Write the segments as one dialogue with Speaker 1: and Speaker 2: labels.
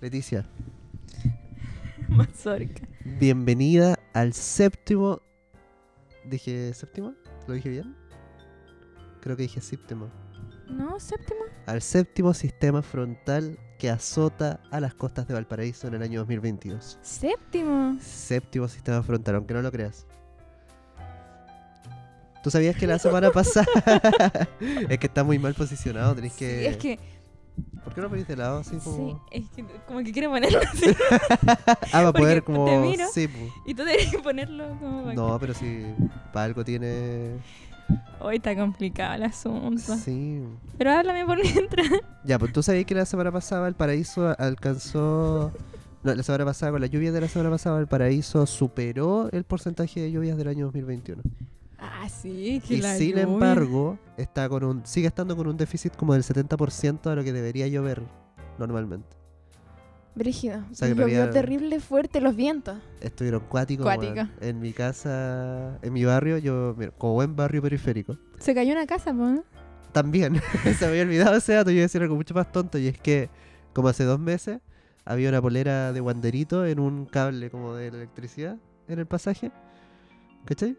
Speaker 1: Leticia,
Speaker 2: Mazorca.
Speaker 1: bienvenida al séptimo. ¿Dije séptimo? ¿Lo dije bien? Creo que dije séptimo.
Speaker 2: No, séptimo.
Speaker 1: Al séptimo sistema frontal que azota a las costas de Valparaíso en el año 2022.
Speaker 2: Séptimo.
Speaker 1: Séptimo sistema frontal, aunque no lo creas. ¿Tú sabías que la semana pasada... es que está muy mal posicionado, tenés que...
Speaker 2: Sí, es que,
Speaker 1: ¿Por qué no ponís de lado? Así
Speaker 2: sí,
Speaker 1: como...
Speaker 2: es que como que quiere ponerlo así.
Speaker 1: Ah, va a
Speaker 2: porque
Speaker 1: poder
Speaker 2: te
Speaker 1: como...
Speaker 2: miro. Oh
Speaker 1: Sí, pu.
Speaker 2: Y tú tienes que ponerlo como para
Speaker 1: No, pero si para algo tiene...
Speaker 2: Hoy está complicado el asunto.
Speaker 1: Sí.
Speaker 2: Pero háblame por mientras.
Speaker 1: Ya, pues tú sabías que la semana pasada el paraíso alcanzó... No, la semana pasada, con la lluvia de la semana pasada, el paraíso superó el porcentaje de lluvias del año 2021.
Speaker 2: Ah, sí, que
Speaker 1: Y
Speaker 2: la
Speaker 1: sin
Speaker 2: lluvia.
Speaker 1: embargo, está con un, sigue estando con un déficit como del 70% de lo que debería llover normalmente.
Speaker 2: Brígido.
Speaker 1: sea, que en
Speaker 2: llovió
Speaker 1: realidad-
Speaker 2: terrible fuerte los vientos.
Speaker 1: Estuvieron cuáticos
Speaker 2: Cuático.
Speaker 1: weón. en mi casa, en mi barrio, yo, mira, como buen barrio periférico.
Speaker 2: Se cayó una casa, po, ¿no?
Speaker 1: También, se me había olvidado ese dato, yo iba a decir algo mucho más tonto, y es que, como hace dos meses, había una polera de guanderito en un cable como de la electricidad en el pasaje. ¿Cachai?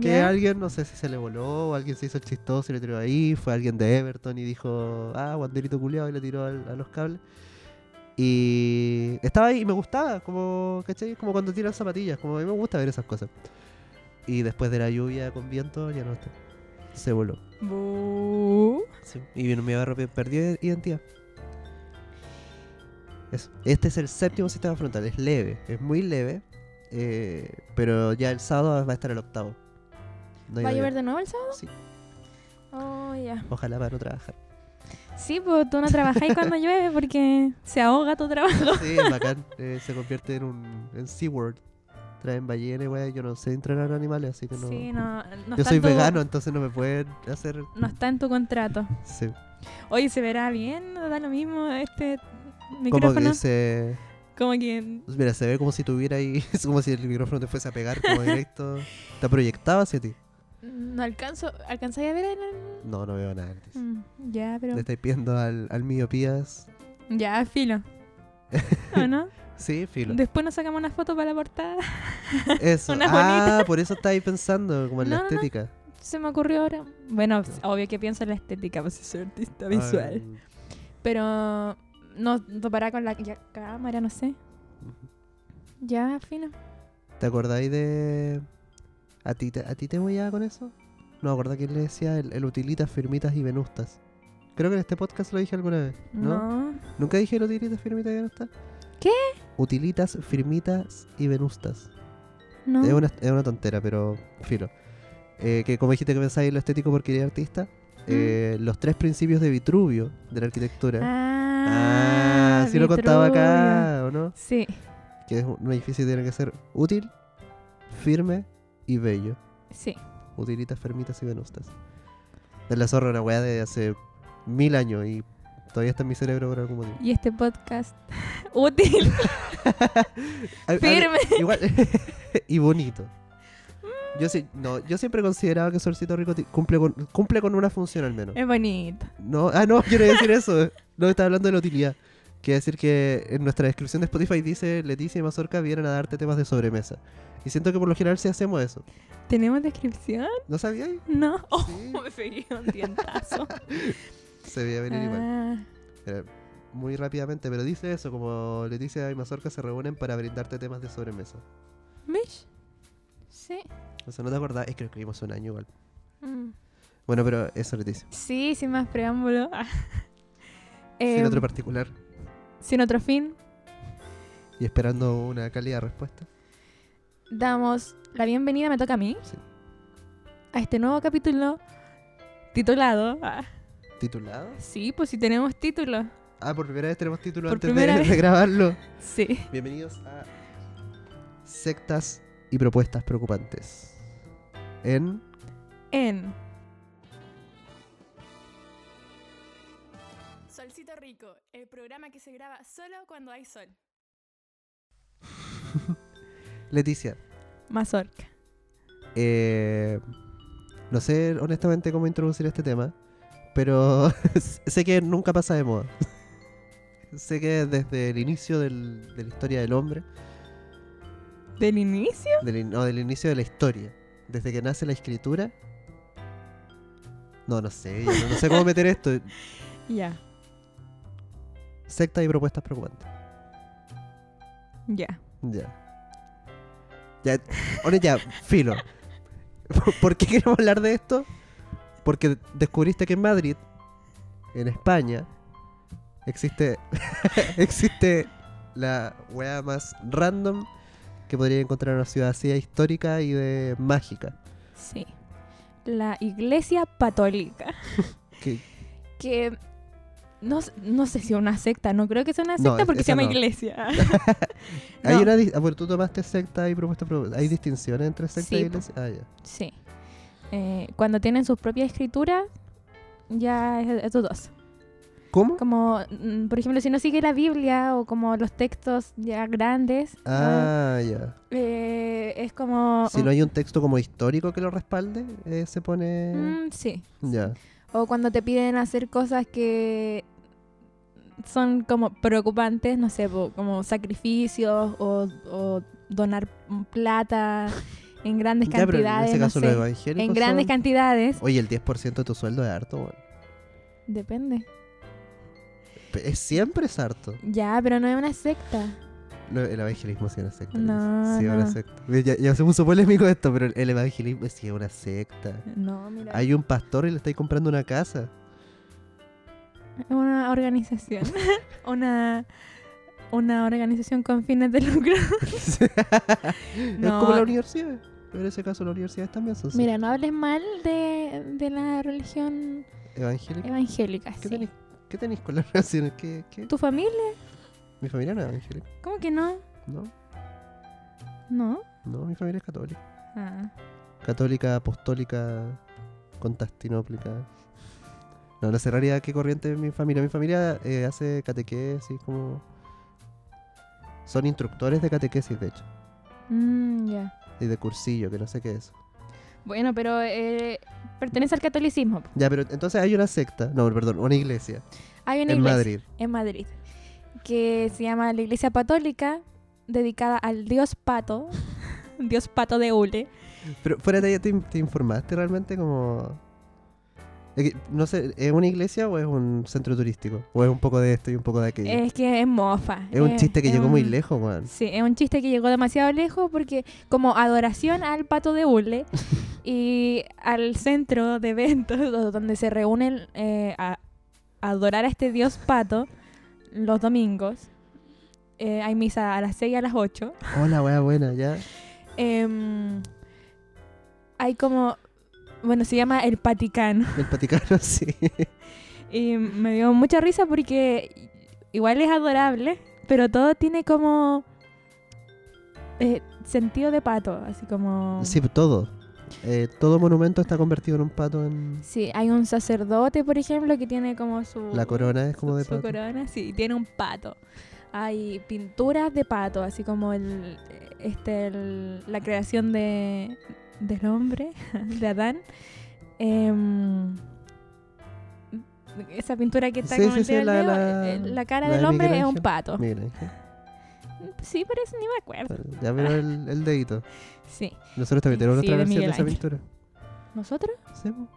Speaker 1: Que
Speaker 2: Ya.
Speaker 1: alguien, no sé si se le voló, o alguien se hizo el chistoso y le tiró ahí, fue alguien de Everton y dijo, ah, guanderito culiado, y le tiró al- a los cables. Y estaba ahí y me gustaba, como, ¿cachai? Como cuando tiran zapatillas, como a mí me gusta ver esas cosas. Y después de la lluvia con viento, ya no está. Se voló.
Speaker 2: Bu.
Speaker 1: Sí, Y vino mi barro, pe- perdió i- identidad. Eso. Este es el séptimo sistema frontal, es leve, es muy leve, eh, pero ya el sábado va a estar el octavo. No hay
Speaker 2: ¿Va a
Speaker 1: manera.
Speaker 2: llover de nuevo el sábado?
Speaker 1: Sí.
Speaker 2: Oh, ya.
Speaker 1: Ojalá para no trabajar.
Speaker 2: Sí, pues tú no trabajáis cuando llueve porque se ahoga tu trabajo.
Speaker 1: Sí, es bacán. eh, se convierte en un en SeaWorld. Traen ballenas, wey. Yo no sé entrenar animales, así que no.
Speaker 2: Sí, no,
Speaker 1: Yo
Speaker 2: no está
Speaker 1: soy
Speaker 2: en tu-
Speaker 1: vegano, entonces no me pueden hacer.
Speaker 2: No está en tu contrato.
Speaker 1: Sí.
Speaker 2: Oye, ¿se verá bien? ¿No da lo mismo este
Speaker 1: Como
Speaker 2: micrófono?
Speaker 1: que se.
Speaker 2: Como que...
Speaker 1: Mira, se ve como si tuviera ahí. Es como si el micrófono te fuese a pegar como directo. Te proyectaba hacia ti.
Speaker 2: No alcanzo... ¿Alcanzáis a ver en el...?
Speaker 1: No, no veo nada antes.
Speaker 2: Mm, ya, pero...
Speaker 1: Le estáis pidiendo al, al miopías.
Speaker 2: Ya, filo. ¿O no?
Speaker 1: Sí, filo.
Speaker 2: Después nos sacamos una foto para la portada.
Speaker 1: Eso.
Speaker 2: una
Speaker 1: ah, por eso estáis pensando, como en la
Speaker 2: No, no, no.
Speaker 1: estética.
Speaker 2: Se me ocurrió ahora. Bueno, s- obvio que pienso en la estética, pues soy artista visual.
Speaker 1: Ah,
Speaker 2: Pero... No topará con la ya- cámara, no sé. Ya, filo.
Speaker 1: Ah, ¿Te acordáis de.? ¿A ti, te, ¿A ti te voy a con eso? No, acordá que le decía el, el utilitas, firmitas y venustas. Creo que en este podcast lo dije alguna vez, ¿no?
Speaker 2: No.
Speaker 1: ¿Nunca dije el utilitas, firmitas y venustas?
Speaker 2: ¿Qué?
Speaker 1: Utilitas, firmitas y venustas.
Speaker 2: No.
Speaker 1: Es, una, es una tontera, pero filo. Eh, que como dijiste que pensáis en lo estético porque eres artista, eh, los tres principios de Vitruvio de la arquitectura.
Speaker 2: Ah,
Speaker 1: sí lo contaba
Speaker 2: Vitruvio.
Speaker 1: acá, ¿o no?
Speaker 2: Sí.
Speaker 1: Que es un un edificio que tiene que ser útil, firme y bello.
Speaker 2: Sí.
Speaker 1: Utilitas, fermitas y venustas. Es la zorra, una weá de hace mil años y todavía está en mi cerebro por algún motivo.
Speaker 2: Y este podcast útil,
Speaker 1: Al- al-
Speaker 2: firme.
Speaker 1: Igual. y bonito. Yo, sí, no, yo siempre he considerado que Solcito Rico ti- cumple con, cumple con una función al menos.
Speaker 2: Es bonito.
Speaker 1: No, ah, no, quiero decir eso. No estaba hablando de la utilidad. Quiere decir que en nuestra descripción de Spotify dice Leticia y Mazorca vienen a darte temas de sobremesa. Y siento que por lo general sí hacemos eso.
Speaker 2: ¿Tenemos descripción?
Speaker 1: ¿No sabía?
Speaker 2: No. Oh,
Speaker 1: Sí,
Speaker 2: me pegué un tientazo.
Speaker 1: se veía venir igual.
Speaker 2: Ah,
Speaker 1: Era muy rápidamente, pero dice eso, como Leticia y Mazorca se reúnen para brindarte temas de sobremesa.
Speaker 2: ¿Mish? Sí.
Speaker 1: O sea, ¿no te acordás? Es que lo escribimos un año igual.
Speaker 2: Mm.
Speaker 1: Bueno, pero eso Leticia.
Speaker 2: Sí, sin más preámbulo. Ah.
Speaker 1: Sin
Speaker 2: Em,
Speaker 1: otro particular.
Speaker 2: sin otro fin,
Speaker 1: Y esperando una cálida respuesta.
Speaker 2: damos la bienvenida, me toca a mí,
Speaker 1: Sí.
Speaker 2: a este nuevo capítulo titulado. Ah,
Speaker 1: ¿Titulado?
Speaker 2: sí, pues si tenemos título.
Speaker 1: Ah, por primera vez tenemos título
Speaker 2: Por
Speaker 1: antes de,
Speaker 2: primera vez.
Speaker 1: de grabarlo.
Speaker 2: Sí.
Speaker 1: Bienvenidos a Sectas y Propuestas Preocupantes. En.
Speaker 2: en Solcito Rico, el programa que se graba solo cuando hay sol.
Speaker 1: Leticia,
Speaker 2: Mazorca.
Speaker 1: eh, no sé honestamente cómo introducir este tema, pero sé que nunca pasa de moda. Sé que desde el inicio del- de la historia del hombre,
Speaker 2: ¿Del inicio?
Speaker 1: del, in- no, del inicio de la historia, desde que nace la escritura. No, no sé, yo no, no sé cómo meter esto.
Speaker 2: Ya,
Speaker 1: Sectas y propuestas preocupantes.
Speaker 2: ya.
Speaker 1: Ya. Ya, ahora ya, filo. ¿Por- ¿Por qué queremos hablar de esto? Porque descubriste que en Madrid, en España, existe existe la weá más random que podría encontrar en una ciudad así de histórica y de mágica.
Speaker 2: Sí. La iglesia católica.
Speaker 1: Que-
Speaker 2: Que no, s- no sé si es una secta, no creo que sea una
Speaker 1: No,
Speaker 2: secta
Speaker 1: es-
Speaker 2: porque se
Speaker 1: esa
Speaker 2: llama
Speaker 1: no.
Speaker 2: iglesia.
Speaker 1: Hay
Speaker 2: No,
Speaker 1: una dis- ah, bueno, tú tomaste secta y propuesta, pro- ¿Hay distinciones entre secta
Speaker 2: Sí,
Speaker 1: y
Speaker 2: po.
Speaker 1: iglesia? Ah, ya.
Speaker 2: Sí. Eh, cuando tienen sus propias escrituras, ya es, es dudoso.
Speaker 1: ¿Cómo?
Speaker 2: Como, mm, por ejemplo, si no sigue la Biblia o como los textos ya grandes,
Speaker 1: Ah, ya.
Speaker 2: ¿no? Eh, es como...
Speaker 1: Si no hay un texto como histórico que lo respalde, eh, se pone...
Speaker 2: Mm, sí.
Speaker 1: Ya.
Speaker 2: O cuando te piden hacer cosas que son como preocupantes, no sé, po, como sacrificios o, o donar plata en grandes
Speaker 1: Ya, pero
Speaker 2: cantidades.
Speaker 1: en ese
Speaker 2: no
Speaker 1: caso
Speaker 2: sé.
Speaker 1: los evangélicos
Speaker 2: en grandes
Speaker 1: son-
Speaker 2: cantidades.
Speaker 1: Oye, el 10% de tu sueldo es harto, weón.
Speaker 2: Depende.
Speaker 1: Pe- es- Siempre es harto.
Speaker 2: Ya, pero no es una secta.
Speaker 1: No, el evangelismo sí es una secta. Luis.
Speaker 2: No,
Speaker 1: Sí es una
Speaker 2: no.
Speaker 1: secta. Mira, Ya, ya se puso polémico esto, pero el evangelismo sí es una secta.
Speaker 2: No, mira.
Speaker 1: Hay un pastor y le estáis comprando una casa.
Speaker 2: Es una organización. una, una organización con fines de lucro.
Speaker 1: Es como la
Speaker 2: No,
Speaker 1: universidad. Pero en ese caso las universidades también son
Speaker 2: mira, no hables mal de, de la religión
Speaker 1: sectas evangélicas.
Speaker 2: evangélica.
Speaker 1: ¿Qué,
Speaker 2: sí.
Speaker 1: tenéis, ¿Qué tenéis con las relaciones? ¿Qué, qué?
Speaker 2: ¿Tu familia?
Speaker 1: Mi familia no es evangélica.
Speaker 2: ¿Cómo que no?
Speaker 1: No,
Speaker 2: No.
Speaker 1: no, mi familia es católica.
Speaker 2: Ah,
Speaker 1: católica, apostólica, constantinóplica. No, no sé en realidad qué corriente es mi familia. Mi familia eh, hace catequesis, como... Son instructores de catequesis, de hecho,
Speaker 2: mm, ya.
Speaker 1: y de cursillo, que no sé qué es.
Speaker 2: Bueno, pero eh, pertenece al catolicismo. po.
Speaker 1: Ya, pero entonces hay una secta, no, perdón, una iglesia
Speaker 2: Hay una
Speaker 1: en
Speaker 2: iglesia
Speaker 1: Madrid.
Speaker 2: en Madrid que se llama la Iglesia Patólica, dedicada al dios pato, dios pato de Ule.
Speaker 1: Pero fuera de ahí, ¿te, te informaste realmente como... Es que, No sé, ¿es una iglesia o es un centro turístico? ¿O es un poco de esto y un poco de aquello?
Speaker 2: Es que es mofa.
Speaker 1: es un chiste que
Speaker 2: es
Speaker 1: llegó muy
Speaker 2: un-
Speaker 1: lejos, weón.
Speaker 2: Sí, es un chiste que llegó demasiado lejos porque como adoración al pato de Ule y al centro de eventos do- donde se reúnen eh, a a adorar a este dios pato los domingos. eh, hay misa a las 6 y a las 8.
Speaker 1: Hola, weá, buena, ya.
Speaker 2: Em, hay como... Bueno, se llama El Vaticano.
Speaker 1: El Vaticano, sí.
Speaker 2: Y me dio mucha risa porque igual es adorable, pero todo tiene como eh, sentido de pato, así como...
Speaker 1: Sí, todo. Eh, todo monumento está convertido en un pato en...
Speaker 2: Sí, hay un sacerdote, por ejemplo, que tiene como su...
Speaker 1: La corona es como
Speaker 2: su-
Speaker 1: de
Speaker 2: su
Speaker 1: pato.
Speaker 2: corona, sí, tiene un pato. Hay pinturas de pato, así como el, este, el- la creación de, del hombre, de Adán. Em, esa pintura que está
Speaker 1: Sí,
Speaker 2: como
Speaker 1: sí,
Speaker 2: el
Speaker 1: sí,
Speaker 2: dedo,
Speaker 1: la-
Speaker 2: eh,
Speaker 1: la-
Speaker 2: eh, la cara
Speaker 1: la de
Speaker 2: del hombre
Speaker 1: Miguel
Speaker 2: es un
Speaker 1: Ángel.
Speaker 2: pato.
Speaker 1: Miguel Ángel.
Speaker 2: Sí, pero eso ni me acuerdo.
Speaker 1: Bueno, Ya veo el, el dedito.
Speaker 2: Sí.
Speaker 1: Nosotros también tenemos
Speaker 2: Sí,
Speaker 1: nuestra versión
Speaker 2: de
Speaker 1: de
Speaker 2: Miguel
Speaker 1: esa
Speaker 2: Ángel.
Speaker 1: pintura.
Speaker 2: ¿Nosotros?
Speaker 1: Sí, po.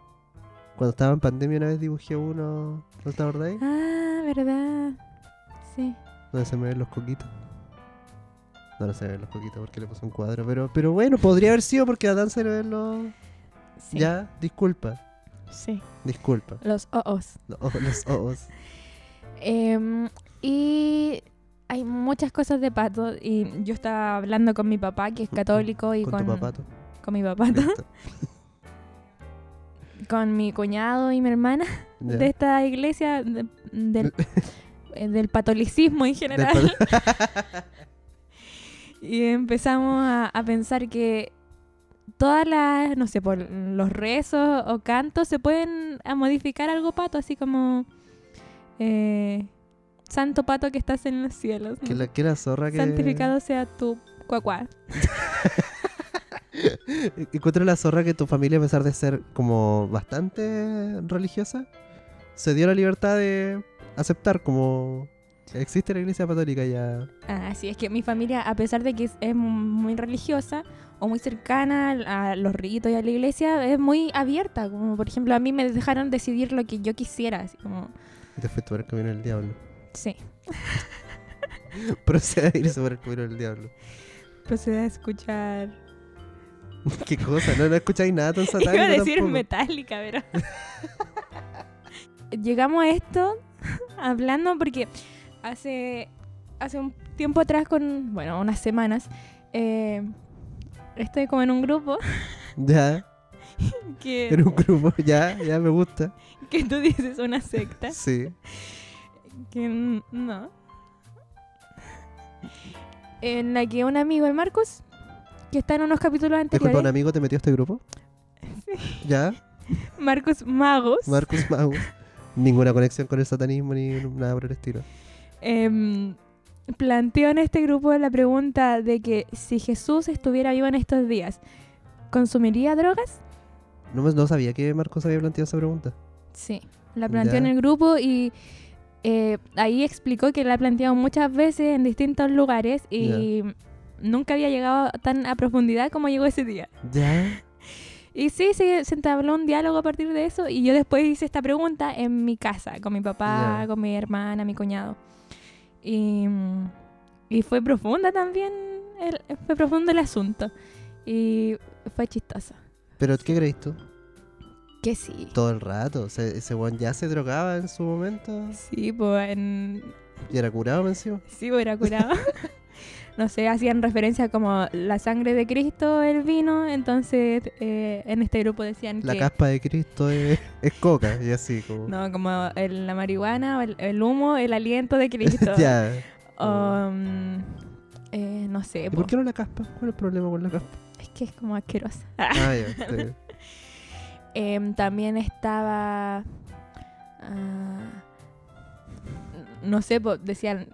Speaker 1: Cuando estaba en pandemia una vez dibujé uno, ¿no te acordáis?
Speaker 2: Ah, verdad. Sí.
Speaker 1: Donde se me ven los coquitos. No, no se me ven los coquitos porque le puse un cuadro. Pero, pero bueno, podría haber sido porque a Dan se le ven los...
Speaker 2: Sí.
Speaker 1: Ya, disculpa.
Speaker 2: Sí.
Speaker 1: Disculpa.
Speaker 2: Los oos.
Speaker 1: No, los ojos.
Speaker 2: Em, y hay muchas cosas de pato. Y yo estaba hablando con mi papá, que es católico, y
Speaker 1: con, tu
Speaker 2: con,
Speaker 1: papato.
Speaker 2: con mi papá,
Speaker 1: Listo.
Speaker 2: con mi cuñado y mi hermana
Speaker 1: Ya.
Speaker 2: de esta iglesia, de- del, eh, del patolicismo en general.
Speaker 1: Del
Speaker 2: y empezamos a, a pensar que todas las, no sé, por los rezos o cantos se pueden a modificar algo pato, así como... eh, Santo pato que estás en los cielos.
Speaker 1: Que
Speaker 2: ¿no?
Speaker 1: la, que la zorra que...
Speaker 2: Santificado sea tu cuacuá.
Speaker 1: Encuentro ¿E-, la zorra que tu familia, a pesar de ser como bastante religiosa, se dio la libertad de aceptar como Existe la iglesia católica ya.
Speaker 2: Así Ah, es que mi familia, a pesar de que es, es muy religiosa o muy cercana al- a los ritos y a la iglesia, es muy abierta. Como por ejemplo, a mí me dejaron decidir lo que yo quisiera. Así como,
Speaker 1: Y te fue por el camino del diablo.
Speaker 2: sí,
Speaker 1: Procede a irse por el camino del diablo.
Speaker 2: procede a escuchar.
Speaker 1: Qué cosa, no, no escucháis nada tan satánico.
Speaker 2: Iba a decir
Speaker 1: tampoco.
Speaker 2: metálica, pero. Llegamos a esto hablando porque hace, hace un tiempo atrás, con bueno, unas semanas, eh, estoy como en un grupo
Speaker 1: Ya,
Speaker 2: que.
Speaker 1: en un grupo, ya, ya me gusta.
Speaker 2: que tú dices una secta,
Speaker 1: Sí.
Speaker 2: que n- no. En la que un amigo, el Marcos, que está en unos capítulos
Speaker 1: Disculpa, un
Speaker 2: anteriores,
Speaker 1: amigo te metió a este grupo. Ya,
Speaker 2: Marcos Magos,
Speaker 1: Marcus Magus. Ninguna conexión con el satanismo ni nada por el estilo.
Speaker 2: em, planteó en este grupo la pregunta de que si Jesús estuviera vivo en estos días, ¿consumiría drogas?
Speaker 1: No, me- no sabía que Marcos había planteado esa pregunta.
Speaker 2: Sí, la planteó en
Speaker 1: Ya.
Speaker 2: el grupo y eh, ahí explicó que la ha planteado muchas veces en distintos lugares y nunca había llegado tan a profundidad como llegó ese día.
Speaker 1: Ya.
Speaker 2: Y sí, se, se entabló un diálogo a partir de eso y yo después hice esta pregunta en mi casa, con mi papá,
Speaker 1: Ya.
Speaker 2: con mi hermana, mi cuñado. Y, mm, y fue profunda también, el- fue profundo el asunto. Y fue chistoso.
Speaker 1: Pero ¿qué crees tú?
Speaker 2: Que sí.
Speaker 1: Todo el rato. o sea, ese weón ya se drogaba en su momento.
Speaker 2: Sí, pues en...
Speaker 1: Y era curado me encima.
Speaker 2: Sí, pues era curado. no sé, hacían referencia como la sangre de Cristo, el vino, entonces eh, en este grupo decían
Speaker 1: La
Speaker 2: que...
Speaker 1: caspa de Cristo es, es coca. Y así como.
Speaker 2: No, como el- la marihuana, o el, el humo, el aliento de Cristo.
Speaker 1: ya.
Speaker 2: O, mm, eh, no sé,
Speaker 1: ¿Y
Speaker 2: po.
Speaker 1: por qué no la caspa? ¿Cuál es el problema con la caspa?
Speaker 2: es que es como asquerosa.
Speaker 1: Ah, ya. sí.
Speaker 2: Em, también estaba. ah, no sé, po, decían,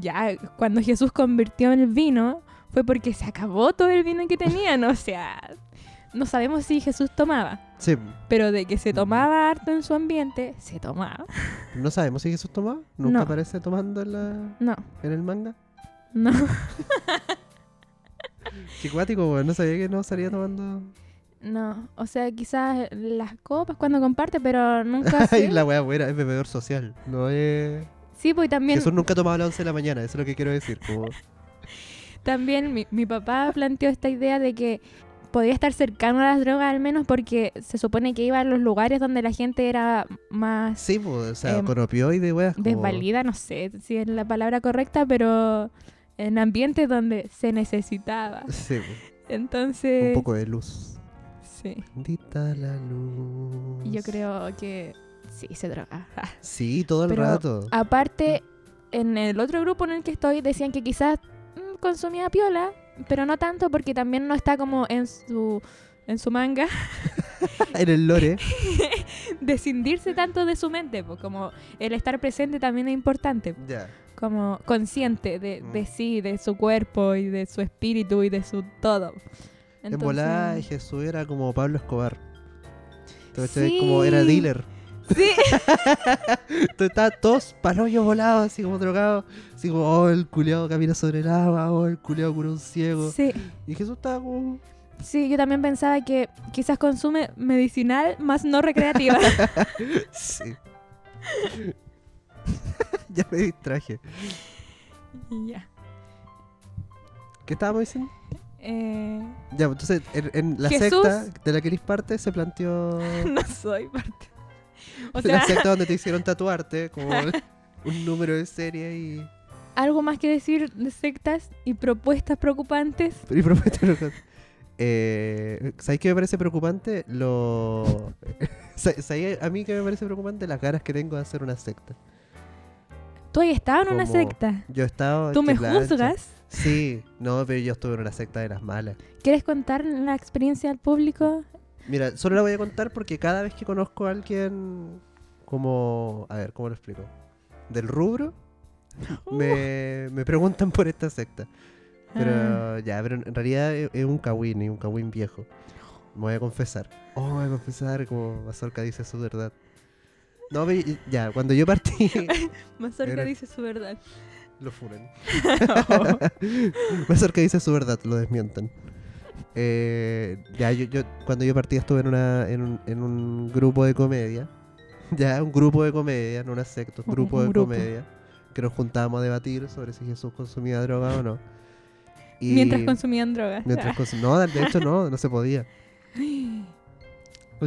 Speaker 2: ya, cuando Jesús convirtió el vino, fue porque se acabó todo el vino que tenían. O sea, no sabemos si Jesús tomaba,
Speaker 1: Sí,
Speaker 2: pero de que se tomaba harto en su ambiente, se tomaba.
Speaker 1: no sabemos si Jesús tomaba. Nunca
Speaker 2: No.
Speaker 1: aparece tomando en, la-
Speaker 2: No,
Speaker 1: en el manga.
Speaker 2: no.
Speaker 1: Qué cuático, weón. No sabía que no estaría tomando.
Speaker 2: No, o sea, quizás las copas cuando comparte, pero nunca.
Speaker 1: Ay,
Speaker 2: sí.
Speaker 1: la weá buena, es bebedor social. No es.
Speaker 2: Sí, pues también,
Speaker 1: Jesús nunca tomaba a las 11 de la mañana, eso es lo que quiero decir. Como...
Speaker 2: también mi, mi papá planteó esta idea de que podía estar cercano a las drogas al menos porque se supone que iba a los lugares donde la gente era más
Speaker 1: Sí, pues, o sea,
Speaker 2: Em,
Speaker 1: con opioides, weas. Como...
Speaker 2: desvalida, no sé si es la palabra correcta, pero en ambientes donde se necesitaba.
Speaker 1: Sí, pues,
Speaker 2: Entonces,
Speaker 1: un poco de luz.
Speaker 2: sí,
Speaker 1: Bendita la luz.
Speaker 2: yo creo que sí, se droga.
Speaker 1: Sí, todo el
Speaker 2: Pero- ah,
Speaker 1: rato.
Speaker 2: Aparte, en el otro grupo en el que estoy decían que quizás mm, consumía piola, pero no tanto porque también no está como en su en su manga
Speaker 1: en el lore.
Speaker 2: descindirse tanto de su mente, po, como el estar presente también es importante, po,
Speaker 1: ya.
Speaker 2: como consciente de, de
Speaker 1: Mm.
Speaker 2: sí, de su cuerpo y de su espíritu y de su todo.
Speaker 1: En volada,
Speaker 2: Entonces-
Speaker 1: Jesús era como Pablo Escobar. Entonces,
Speaker 2: Sí.
Speaker 1: como era dealer.
Speaker 2: Sí,
Speaker 1: Entonces, Estaban todos palollos volados, así como drogados. Así como, oh, el culeado camina sobre el agua, oh, el culeado cura un ciego.
Speaker 2: sí,
Speaker 1: Y Jesús estaba como.
Speaker 2: sí, yo también pensaba que quizás consume medicinal más no recreativa.
Speaker 1: Sí. ya me distraje.
Speaker 2: Y ya.
Speaker 1: ¿Qué estábamos diciendo?
Speaker 2: Eh,
Speaker 1: Ya, pues, entonces, en, en la
Speaker 2: Jesús.
Speaker 1: secta de la que eres parte se planteó.
Speaker 2: no soy parte. O
Speaker 1: la
Speaker 2: sea,
Speaker 1: secta donde te hicieron tatuarte, como un número de serie y.
Speaker 2: algo más que decir de sectas y propuestas preocupantes.
Speaker 1: y propuesta loca. Eh, ¿Sabes qué me parece preocupante? Lo. ¿Sabes- ¿Sabes a mí que me parece preocupante? Las ganas que tengo de hacer una secta.
Speaker 2: Tú has estado en una
Speaker 1: Como-
Speaker 2: secta.
Speaker 1: Yo he estado.
Speaker 2: Tú
Speaker 1: que
Speaker 2: me
Speaker 1: plancha.
Speaker 2: juzgas.
Speaker 1: Sí, no, pero yo estuve en una secta de las malas.
Speaker 2: ¿Quieres contar la experiencia al público?
Speaker 1: Mira, solo la voy a contar porque cada vez que conozco a alguien como, a ver, ¿cómo lo explico? Del rubro, me, me preguntan por esta secta. Pero ya, pero en realidad e, es, es un kawin, es un kawin viejo. Me voy a confesar. Oh, me voy a confesar como Mazorca dice su verdad. No, pero y- ya, cuando yo partí,
Speaker 2: Mazorca
Speaker 1: Era-
Speaker 2: dice su verdad.
Speaker 1: lo furan. Mazorca dice su verdad, lo desmientan. Eh, ya, yo, yo- cuando yo partí estuve en, una, en, un, en un grupo de comedia. Ya, un grupo de comedia, no una secta, un
Speaker 2: Un-
Speaker 1: grupo
Speaker 2: un
Speaker 1: de
Speaker 2: grupo.
Speaker 1: comedia. Que nos juntábamos a debatir sobre si Jesús consumía droga o no. Y
Speaker 2: Mientras consumían drogas.
Speaker 1: mientras consu- No, de hecho no, no se podía. Uy,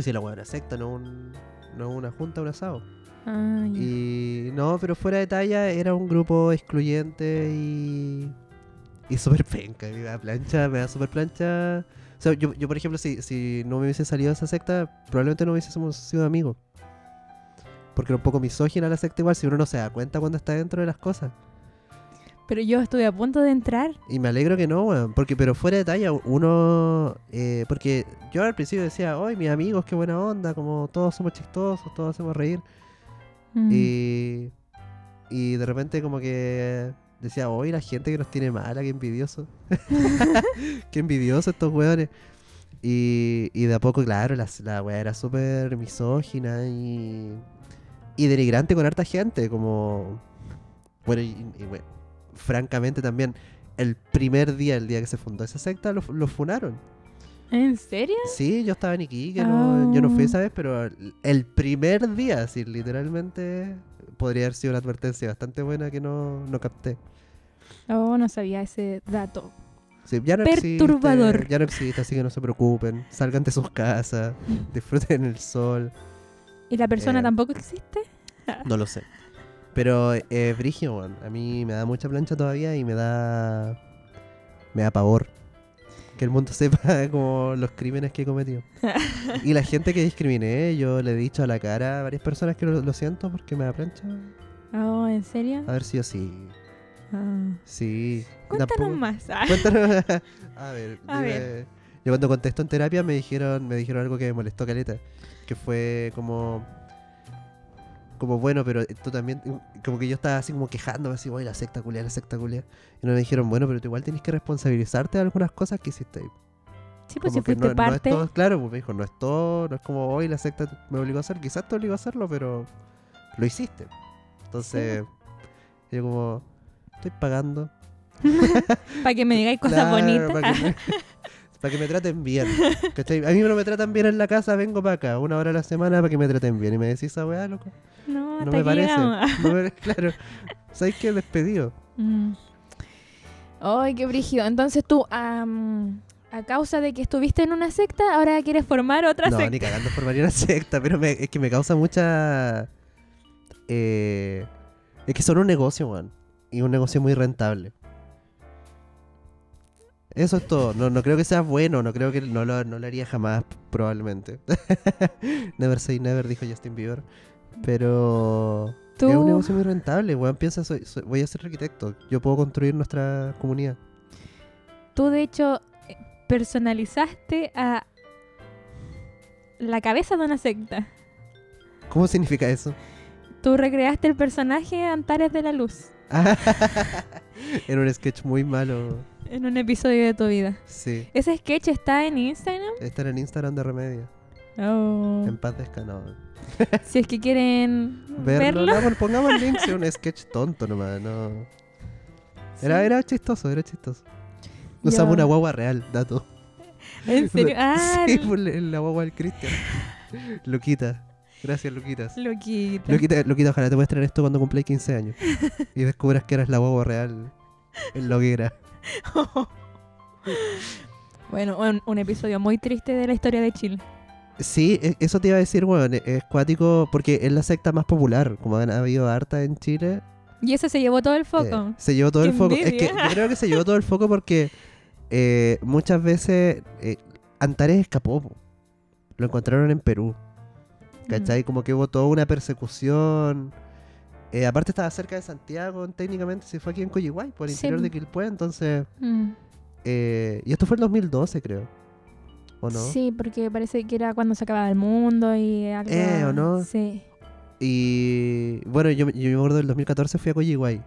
Speaker 1: si la hueá una secta, no un, no una junta, un asado.
Speaker 2: Ah, ya.
Speaker 1: Y no, pero fuera de talla era un grupo excluyente y. Y súper penca. Me da plancha, me da súper plancha. O sea, yo, yo, por ejemplo, si, si no me hubiese salido de esa secta, probablemente no hubiésemos sido amigos. Porque era un poco misógina la secta, igual, si uno no se da cuenta cuando está dentro de las cosas.
Speaker 2: Pero yo estuve a punto de entrar.
Speaker 1: Y me alegro que no, weón. Porque, pero fuera de talla, uno. eh, porque yo al principio decía, ¡ay, mis amigos, qué buena onda! Como todos somos chistosos, todos hacemos reír.
Speaker 2: Mm.
Speaker 1: Y, y de repente como que decía, hoy la gente que nos tiene mala, qué envidioso. qué envidioso estos weones. Y, y de a poco, claro, la, la wea era súper misógina y, y denigrante con harta gente. Como, bueno, y, y, bueno, francamente también, el primer día, el día que se fundó esa secta, lo, lo funaron.
Speaker 2: ¿En serio?
Speaker 1: Sí, yo estaba en Iquique, no- yo no fui
Speaker 2: Ah.
Speaker 1: esa vez, pero el primer día, así, literalmente, podría haber sido una advertencia bastante buena que no, no capté.
Speaker 2: Oh, no sabía ese dato.
Speaker 1: Sí, ya no
Speaker 2: Perturbador.
Speaker 1: Existe, ya no existe, así que no se preocupen. Salgan de sus casas, disfruten el sol.
Speaker 2: ¿Y la persona
Speaker 1: Eh.
Speaker 2: tampoco existe?
Speaker 1: No lo sé. Pero, eh, Brigio, weón, a mí me da mucha plancha todavía y me da. Me da pavor. Que el mundo sepa como los crímenes que he cometido. Y la gente que discriminé, yo le he dicho a la cara a varias personas que lo, lo siento porque me da plancha.
Speaker 2: Oh, ¿en serio?
Speaker 1: A ver si yo sí.
Speaker 2: Ah.
Speaker 1: Sí.
Speaker 2: Cuéntanos
Speaker 1: Tampoco-
Speaker 2: más. Ah.
Speaker 1: Cuéntanos. a ver,
Speaker 2: A
Speaker 1: dime. Yo cuando contesto en terapia me dijeron, me dijeron algo que me molestó caleta. Que fue como. Como bueno, pero tú también. Como que yo estaba así como quejándome, así, voy la secta culia, la secta culia. Y no me dijeron, bueno, pero tú igual tienes que responsabilizarte de algunas cosas que hiciste.
Speaker 2: Sí,
Speaker 1: Como
Speaker 2: pues si
Speaker 1: que
Speaker 2: fuiste
Speaker 1: no, no es
Speaker 2: parte.
Speaker 1: todo, claro, pues me dijo, no es todo, no es como hoy la secta me obligó a hacer, quizás te obligó a hacerlo, pero lo hiciste. Entonces,
Speaker 2: pues.
Speaker 1: yo como, estoy pagando.
Speaker 2: Para que me digáis cosas
Speaker 1: Claro,
Speaker 2: bonitas.
Speaker 1: Para que, me, para que me traten bien. ¿cachai? A mí no me tratan bien en la casa, vengo para acá, una hora a la semana para que me traten bien. Y me decís esa weá, loco.
Speaker 2: Ah, no,
Speaker 1: No
Speaker 2: hasta
Speaker 1: me
Speaker 2: aquí
Speaker 1: parece.
Speaker 2: llegamos. Ah.
Speaker 1: No me- claro. ¿Sabes qué? Despedido.
Speaker 2: Mm. Ay, qué brígido. Entonces tú, am, a causa de que estuviste en una secta, ahora quieres formar otra
Speaker 1: No, ni
Speaker 2: secta.
Speaker 1: cagando formaría una secta, pero me- es que me causa mucha. eh, es que son un negocio, man. Y un negocio muy rentable. Eso es todo. No, no creo que sea bueno, no creo que no lo, no lo haría jamás, probablemente. never say never, dijo Justin Bieber. Pero
Speaker 2: Tú,
Speaker 1: es un negocio muy rentable, weón. Piensa, soy- soy- voy a ser arquitecto. Yo puedo construir nuestra comunidad.
Speaker 2: tú, de hecho, eh, personalizaste a la cabeza de una secta.
Speaker 1: ¿Cómo significa eso?
Speaker 2: Tú recreaste el personaje de Antares de la Luz
Speaker 1: Era un sketch muy malo.
Speaker 2: en un episodio de tu vida.
Speaker 1: Sí.
Speaker 2: Ese sketch está en Instagram.
Speaker 1: Estar en Instagram de Remedio.
Speaker 2: Oh.
Speaker 1: En paz descanado.
Speaker 2: Si es que quieren
Speaker 1: Verlo.
Speaker 2: verlo.
Speaker 1: no, bueno, pongamos el link, sí, un sketch tonto nomás. No. Era,
Speaker 2: Sí.
Speaker 1: era chistoso, era chistoso. No
Speaker 2: Ya.
Speaker 1: usamos una guagua real, dato.
Speaker 2: En serio. Ah,
Speaker 1: sí, por la- la guagua del Cristian. Luquita. Gracias, Luquitas.
Speaker 2: loquita.
Speaker 1: Luquita, Luquita, ojalá te muestren esto cuando cumpláis 15 años. Y descubras que eras la guagua real. En la hoguera.
Speaker 2: Bueno, un, un episodio muy triste de la historia de Chile.
Speaker 1: Sí, e- eso te iba a decir, weón. e- Es cuático porque es la secta más popular. Como han habido harta en Chile,
Speaker 2: Y ese se llevó todo el
Speaker 1: Eh,
Speaker 2: foco.
Speaker 1: se llevó todo
Speaker 2: Qué
Speaker 1: el foco. Es que
Speaker 2: envidia.
Speaker 1: yo creo que se llevó todo el foco porque eh, muchas veces eh, Antares escapó. po. Lo encontraron en Perú. ¿Cachai?
Speaker 2: Mm.
Speaker 1: Como que hubo toda una persecución. Eh, aparte estaba cerca de Santiago, técnicamente se fue aquí en Coyihuay, por el
Speaker 2: Sí,
Speaker 1: interior
Speaker 2: po.
Speaker 1: de Quilpué, entonces...
Speaker 2: Mm.
Speaker 1: eh, y esto fue el 2012, creo. ¿O no?
Speaker 2: Sí, porque parece que era cuando se acababa el mundo y algo.
Speaker 1: Eh, ¿o no?
Speaker 2: Sí.
Speaker 1: Y bueno, yo, me- yo me acuerdo del 2014 fui a Coyiguay.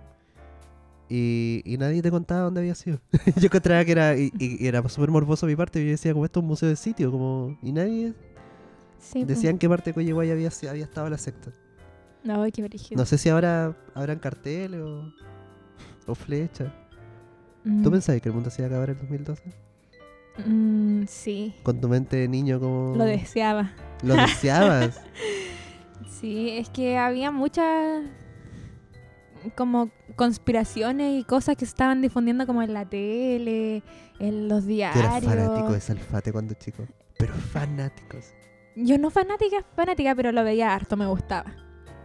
Speaker 1: Y, y nadie te contaba dónde había sido. yo encontraba que era, y, y- y era súper morboso mi parte. Yo decía, como esto es un museo de sitio, como. Y nadie
Speaker 2: sí pues. po.
Speaker 1: decía en qué parte de Coyiguay había, si- había estado la secta.
Speaker 2: No, qué brígido.
Speaker 1: No sé si ahora habrán carteles o, o flechas.
Speaker 2: Mm,
Speaker 1: ¿Tú pensabas que el mundo se iba a acabar en 2012?
Speaker 2: mm, sí,
Speaker 1: Con tu mente de niño como...
Speaker 2: lo deseaba.
Speaker 1: Lo deseabas.
Speaker 2: Sí, es que había muchas como conspiraciones y cosas que se estaban difundiendo como en la tele, en los
Speaker 1: Yo era
Speaker 2: diarios.
Speaker 1: fanático de Salfate cuando chico. Pero fanáticos.
Speaker 2: Yo no fanática, fanática, pero lo veía harto, me gustaba.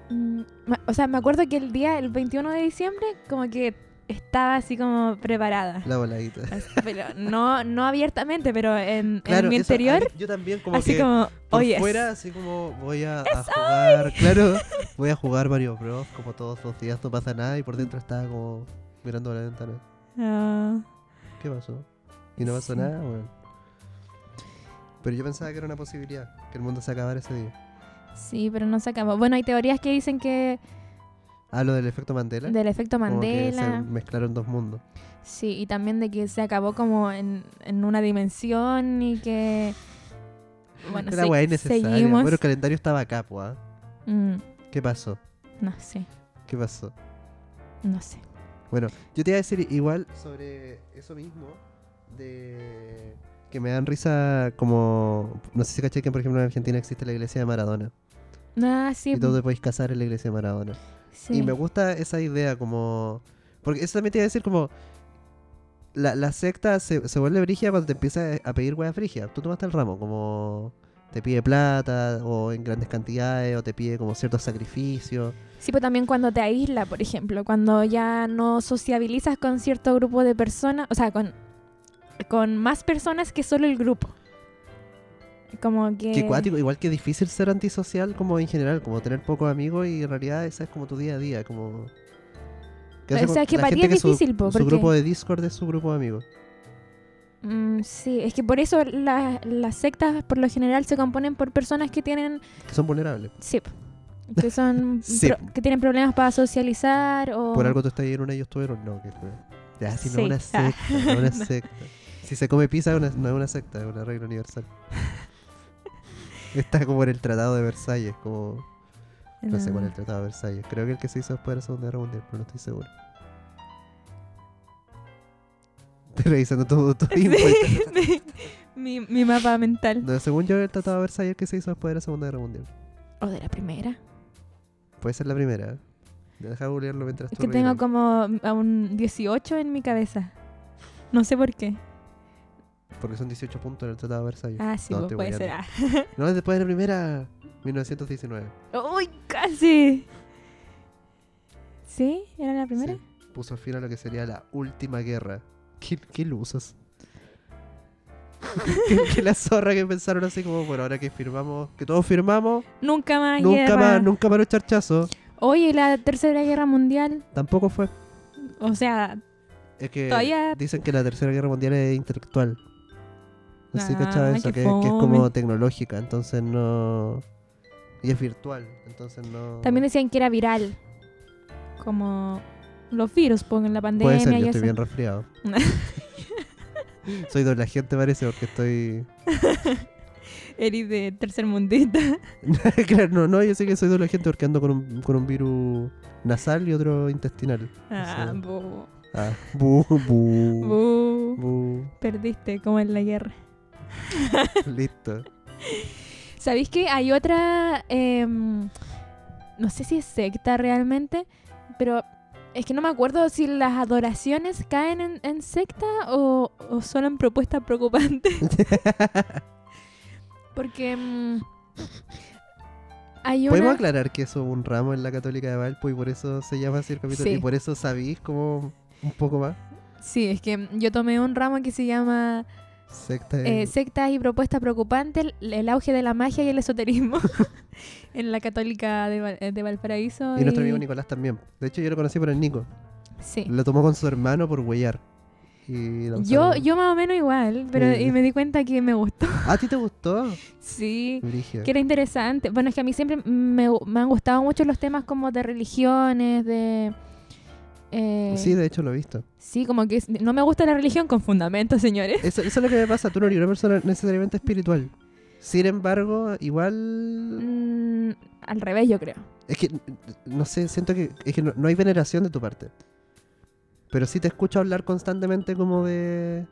Speaker 2: Mm, ma- o sea, me acuerdo que el día, el 21 de diciembre, como que estaba así como preparada.
Speaker 1: La voladita.
Speaker 2: Así, Pero no, no abiertamente, pero en, en mi
Speaker 1: eso,
Speaker 2: interior,
Speaker 1: a mí- yo también como
Speaker 2: así
Speaker 1: que
Speaker 2: como, "Oh,
Speaker 1: por
Speaker 2: oye,
Speaker 1: fuera, así como voy a, a jugar, claro, voy a jugar Mario Bros, como todos los días no pasa nada y por dentro estaba como mirando a la ventana.
Speaker 2: Ah.
Speaker 1: ¿Qué pasó? Y no pasó
Speaker 2: Sí.
Speaker 1: nada, bueno. Pero yo pensaba que era una posibilidad, que el mundo se acabara ese día.
Speaker 2: sí, pero no se acabó. Bueno, hay teorías que dicen que
Speaker 1: Ah, lo del efecto Mandela.
Speaker 2: del efecto
Speaker 1: como que se
Speaker 2: Mandela.
Speaker 1: mezclaron dos mundos.
Speaker 2: Sí, y también de que se acabó como en, en una dimensión y que... Bueno,
Speaker 1: Era
Speaker 2: se-
Speaker 1: guay innecesaria.
Speaker 2: seguimos.
Speaker 1: Bueno, el calendario estaba acá, po, ¿ah?
Speaker 2: Mm,
Speaker 1: ¿Qué pasó?
Speaker 2: no sé,
Speaker 1: ¿Qué pasó?
Speaker 2: no sé.
Speaker 1: Bueno, yo te iba a decir igual sobre eso mismo, de que me dan risa como, no sé si caché que por ejemplo en Argentina existe la iglesia de Maradona
Speaker 2: Ah, sí.
Speaker 1: y tú te podéis casar en la iglesia de Maradona.
Speaker 2: sí.
Speaker 1: Y me gusta esa idea como, porque eso también te iba a decir como, la, la secta se, se vuelve brigia cuando te empieza a pedir weas brigia, tú tomaste el ramo, como te pide plata o en grandes cantidades o te pide como ciertos sacrificios.
Speaker 2: Sí, pero también cuando te aísla, por ejemplo, cuando ya no sociabilizas con cierto grupo de personas, o sea, con, con más personas que solo el grupo. Como que...
Speaker 1: Qué cuático, igual que difícil ser antisocial como en general, como tener pocos amigos y en realidad esa es como tu día a día, como... ¿Qué
Speaker 2: O
Speaker 1: hace con
Speaker 2: sea, es que
Speaker 1: la
Speaker 2: para ti
Speaker 1: gente
Speaker 2: es
Speaker 1: su-
Speaker 2: difícil, po,
Speaker 1: Su,
Speaker 2: porque-
Speaker 1: grupo de Discord es su grupo de amigos.
Speaker 2: Mm, sí, es que por eso la- las sectas por lo general se componen por personas que tienen...
Speaker 1: Que son vulnerables.
Speaker 2: Sí. Que, son
Speaker 1: Sí.
Speaker 2: pro- que tienen problemas para socializar o...
Speaker 1: Por algo tú estás ahí en una y ellos tuvieron. No, que fue- Ya, si no es
Speaker 2: Oh. Sí.
Speaker 1: una
Speaker 2: Ah.
Speaker 1: secta, no es una
Speaker 2: No.
Speaker 1: secta. Si se come pizza una- no es una secta, es una regla universal. Está como en el Tratado de Versalles, como... No sé cuál es el Tratado de Versalles. Creo que el que se hizo después de la Segunda Guerra Mundial, pero no estoy seguro. Estoy revisando todo tu info.
Speaker 2: Sí, mi, mi mapa mental.
Speaker 1: No, según yo, el Tratado de Versalles el que se hizo después de la Segunda Guerra Mundial.
Speaker 2: O de la primera.
Speaker 1: Puede ser la primera. Deja googlearlo mientras
Speaker 2: Es
Speaker 1: tú
Speaker 2: que tengo
Speaker 1: rellenas.
Speaker 2: como a un 18 en mi cabeza. No sé por qué.
Speaker 1: Porque son 18 puntos en el Tratado de Versalles.
Speaker 2: Ah, sí,
Speaker 1: No,
Speaker 2: pues,
Speaker 1: estoy
Speaker 2: puede ser.
Speaker 1: hueveando. No, es después de la primera. 1919.
Speaker 2: ah. ¡Uy, casi! ¿Sí? ¿Era la primera?
Speaker 1: Sí. Puso fin a lo que sería la última guerra. ¿Qué, qué losers? que, que la zorra que pensaron así como, bueno, ahora que firmamos, que todos firmamos,
Speaker 2: Nunca más
Speaker 1: nunca
Speaker 2: guerra.
Speaker 1: más, nunca más los charchazos.
Speaker 2: Oye, la Tercera Guerra Mundial.
Speaker 1: Tampoco fue.
Speaker 2: O sea,
Speaker 1: Es que
Speaker 2: Todavía-
Speaker 1: dicen que la tercera guerra mundial es intelectual. No sé si
Speaker 2: Ah,
Speaker 1: cachaba eso,
Speaker 2: qué
Speaker 1: que, que es como
Speaker 2: fome.
Speaker 1: tecnológica, entonces no. Y es virtual, entonces no.
Speaker 2: también decían que era viral. Como los virus, pongan la pandemia
Speaker 1: Puede ser,
Speaker 2: y
Speaker 1: yo
Speaker 2: eso.
Speaker 1: estoy bien resfriado. Soy doble agente, parece, porque estoy.
Speaker 2: Eres de tercer mundita.
Speaker 1: claro, no, no, yo sé que soy doble agente porque ando con un, con un virus nasal y otro intestinal.
Speaker 2: Ah,
Speaker 1: Sí.
Speaker 2: bu,
Speaker 1: Ah, bu, bu, Uh.
Speaker 2: bu.
Speaker 1: bu.
Speaker 2: Perdiste, como en la guerra.
Speaker 1: Listo.
Speaker 2: ¿Sabéis que hay otra, em, no sé si es secta realmente, pero es que no me acuerdo si las adoraciones caen en, en secta o, o solo en propuestas preocupantes. Porque em, hay
Speaker 1: Podemos
Speaker 2: una...
Speaker 1: aclarar que eso es un ramo en la Católica de Valpo y por eso se llama así el capítulo.
Speaker 2: Sí.
Speaker 1: Y por eso sabéis como un poco más.
Speaker 2: Sí, es que yo tomé un ramo que se llama
Speaker 1: Secta de-
Speaker 2: eh, Sectas y propuestas preocupantes, el, el auge de la magia y el esoterismo en la católica de, Val- eh, de Valparaíso.
Speaker 1: y nuestro amigo Nicolás también. De hecho, yo lo conocí por el Nico.
Speaker 2: Sí.
Speaker 1: Lo tomó con su hermano por huellar. Y
Speaker 2: Yo,
Speaker 1: lanzaron-
Speaker 2: yo más o menos igual, pero
Speaker 1: Sí.
Speaker 2: y me di cuenta que me gustó.
Speaker 1: ¿Ah, ¿A ti te gustó?
Speaker 2: Sí,
Speaker 1: Brígido.
Speaker 2: que era interesante. Bueno, es que a mí siempre me, gu- me han gustado mucho los temas como de religiones, de... eh,
Speaker 1: Sí, de hecho lo he visto.
Speaker 2: sí, como que es- no me gusta la religión con fundamentos, señores.
Speaker 1: Eso, eso es lo que me pasa. Tú no eres una persona necesariamente espiritual. Sin embargo, igual
Speaker 2: Mm, al revés, yo creo.
Speaker 1: Es que, no sé, siento que, es que no, no hay veneración de tu parte. Pero sí te escucho hablar constantemente como de,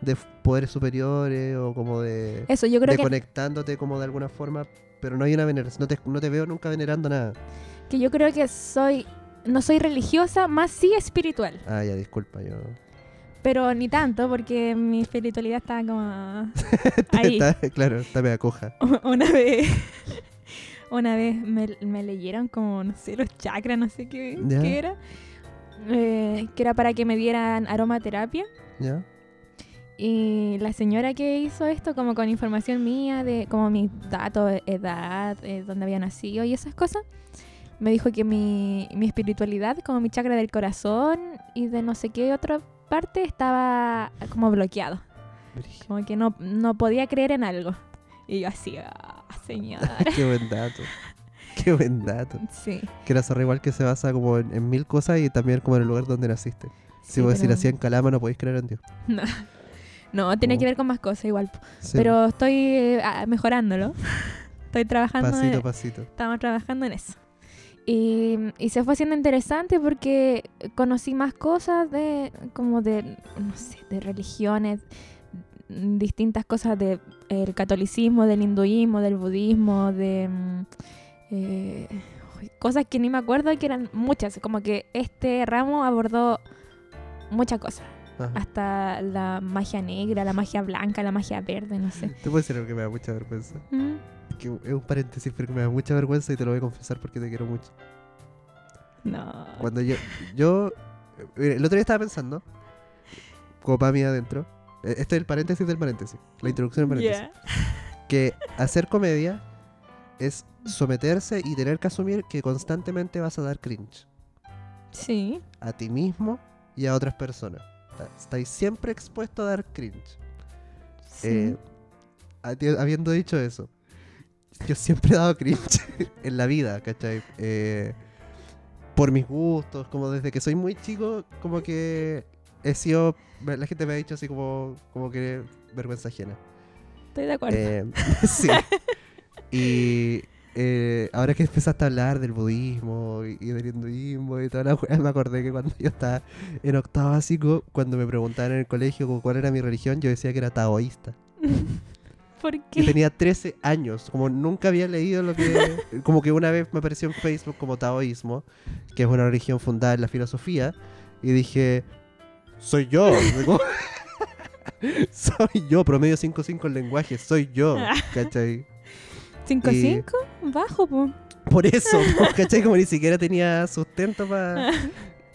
Speaker 1: de f- poderes superiores o como de,
Speaker 2: Eso, yo Eh, creo
Speaker 1: de
Speaker 2: que
Speaker 1: conectándote como de alguna forma, pero no hay una veneración. No te, no te veo nunca venerando nada.
Speaker 2: que yo creo que soy no soy religiosa, más sí espiritual,
Speaker 1: Ah, ya, disculpa, yo...
Speaker 2: pero ni tanto porque mi espiritualidad está como ahí.
Speaker 1: Está- claro, está me acoja.
Speaker 2: una vez una vez me, me leyeron como no sé los chakras, no sé qué,
Speaker 1: Ya.
Speaker 2: qué era. eh, que era para que me dieran aromaterapia
Speaker 1: ¿Ya?
Speaker 2: y la señora que hizo esto como con información mía de como mis datos, e-, edad, eh, dónde había nacido y esas cosas, me dijo que mi, mi espiritualidad, como mi chakra del corazón y de no sé qué otra parte estaba como bloqueado,
Speaker 1: Brígido.
Speaker 2: como que no, no podía creer en algo. Y yo así, ah, señora.
Speaker 1: Qué buen dato. Qué buen dato.
Speaker 2: Sí.
Speaker 1: Que la zorra igual que se basa como en, en mil cosas y también como en el lugar donde naciste. Si
Speaker 2: sí,
Speaker 1: vos decís
Speaker 2: pero-
Speaker 1: así en Calama no podéis creer en Dios.
Speaker 2: No, tiene
Speaker 1: Oh.
Speaker 2: que ver con más cosas igual. po.
Speaker 1: Sí,
Speaker 2: Pero estoy eh, ah, mejorándolo. estoy trabajando en-
Speaker 1: pasito a pasito.
Speaker 2: estamos trabajando en eso. Y, y se fue haciendo interesante porque conocí más cosas de, como de, no sé, de religiones, mm, distintas cosas del catolicismo, del hinduismo, del budismo, de mm, eh, uy, cosas que ni me acuerdo que eran muchas. Como que este ramo abordó muchas cosas,
Speaker 1: Ajá.
Speaker 2: hasta la magia negra, la magia blanca, la magia verde, no sé.
Speaker 1: Te puedo decir algo que me da mucha vergüenza.
Speaker 2: Mm,
Speaker 1: Que es un paréntesis, pero que me da mucha vergüenza y te lo voy a confesar porque te quiero mucho.
Speaker 2: No.
Speaker 1: Cuando yo. yo mira, el otro día estaba pensando, copa mía adentro. eh, Este es el paréntesis del paréntesis. La introducción del paréntesis.
Speaker 2: Ya.
Speaker 1: que hacer comedia es someterse y tener que asumir que constantemente vas a dar cringe
Speaker 2: Sí.
Speaker 1: a ti mismo y a otras personas. Ta- Estáis siempre expuesto a dar cringe.
Speaker 2: sí.
Speaker 1: Eh, hati- habiendo dicho eso, yo siempre he dado cringe en la vida, ¿cachai? Eh, por mis gustos, como desde que soy muy chico, como que he sido. La gente me ha dicho así como, como que vergüenza ajena.
Speaker 2: Estoy de acuerdo.
Speaker 1: Eh, sí. Y eh, ahora que empezaste a hablar del budismo y, y del hinduismo y toda la weá, me acordé que cuando yo estaba en octavo básico, cuando me preguntaban en el colegio como cuál era mi religión, yo decía que era taoísta.
Speaker 2: ¿Por
Speaker 1: Y
Speaker 2: qué?
Speaker 1: tenía 13 años, como nunca había leído lo que... Como que una vez me apareció en Facebook como taoísmo, que es una religión fundada en la filosofía, y dije, soy yo. Como- soy yo, promedio 5.5 en lenguaje, soy yo. ¿Cachai?
Speaker 2: 5
Speaker 1: y-
Speaker 2: 5 bajo, po.
Speaker 1: Por eso, po, ¿cachai? Como ni siquiera tenía sustento para...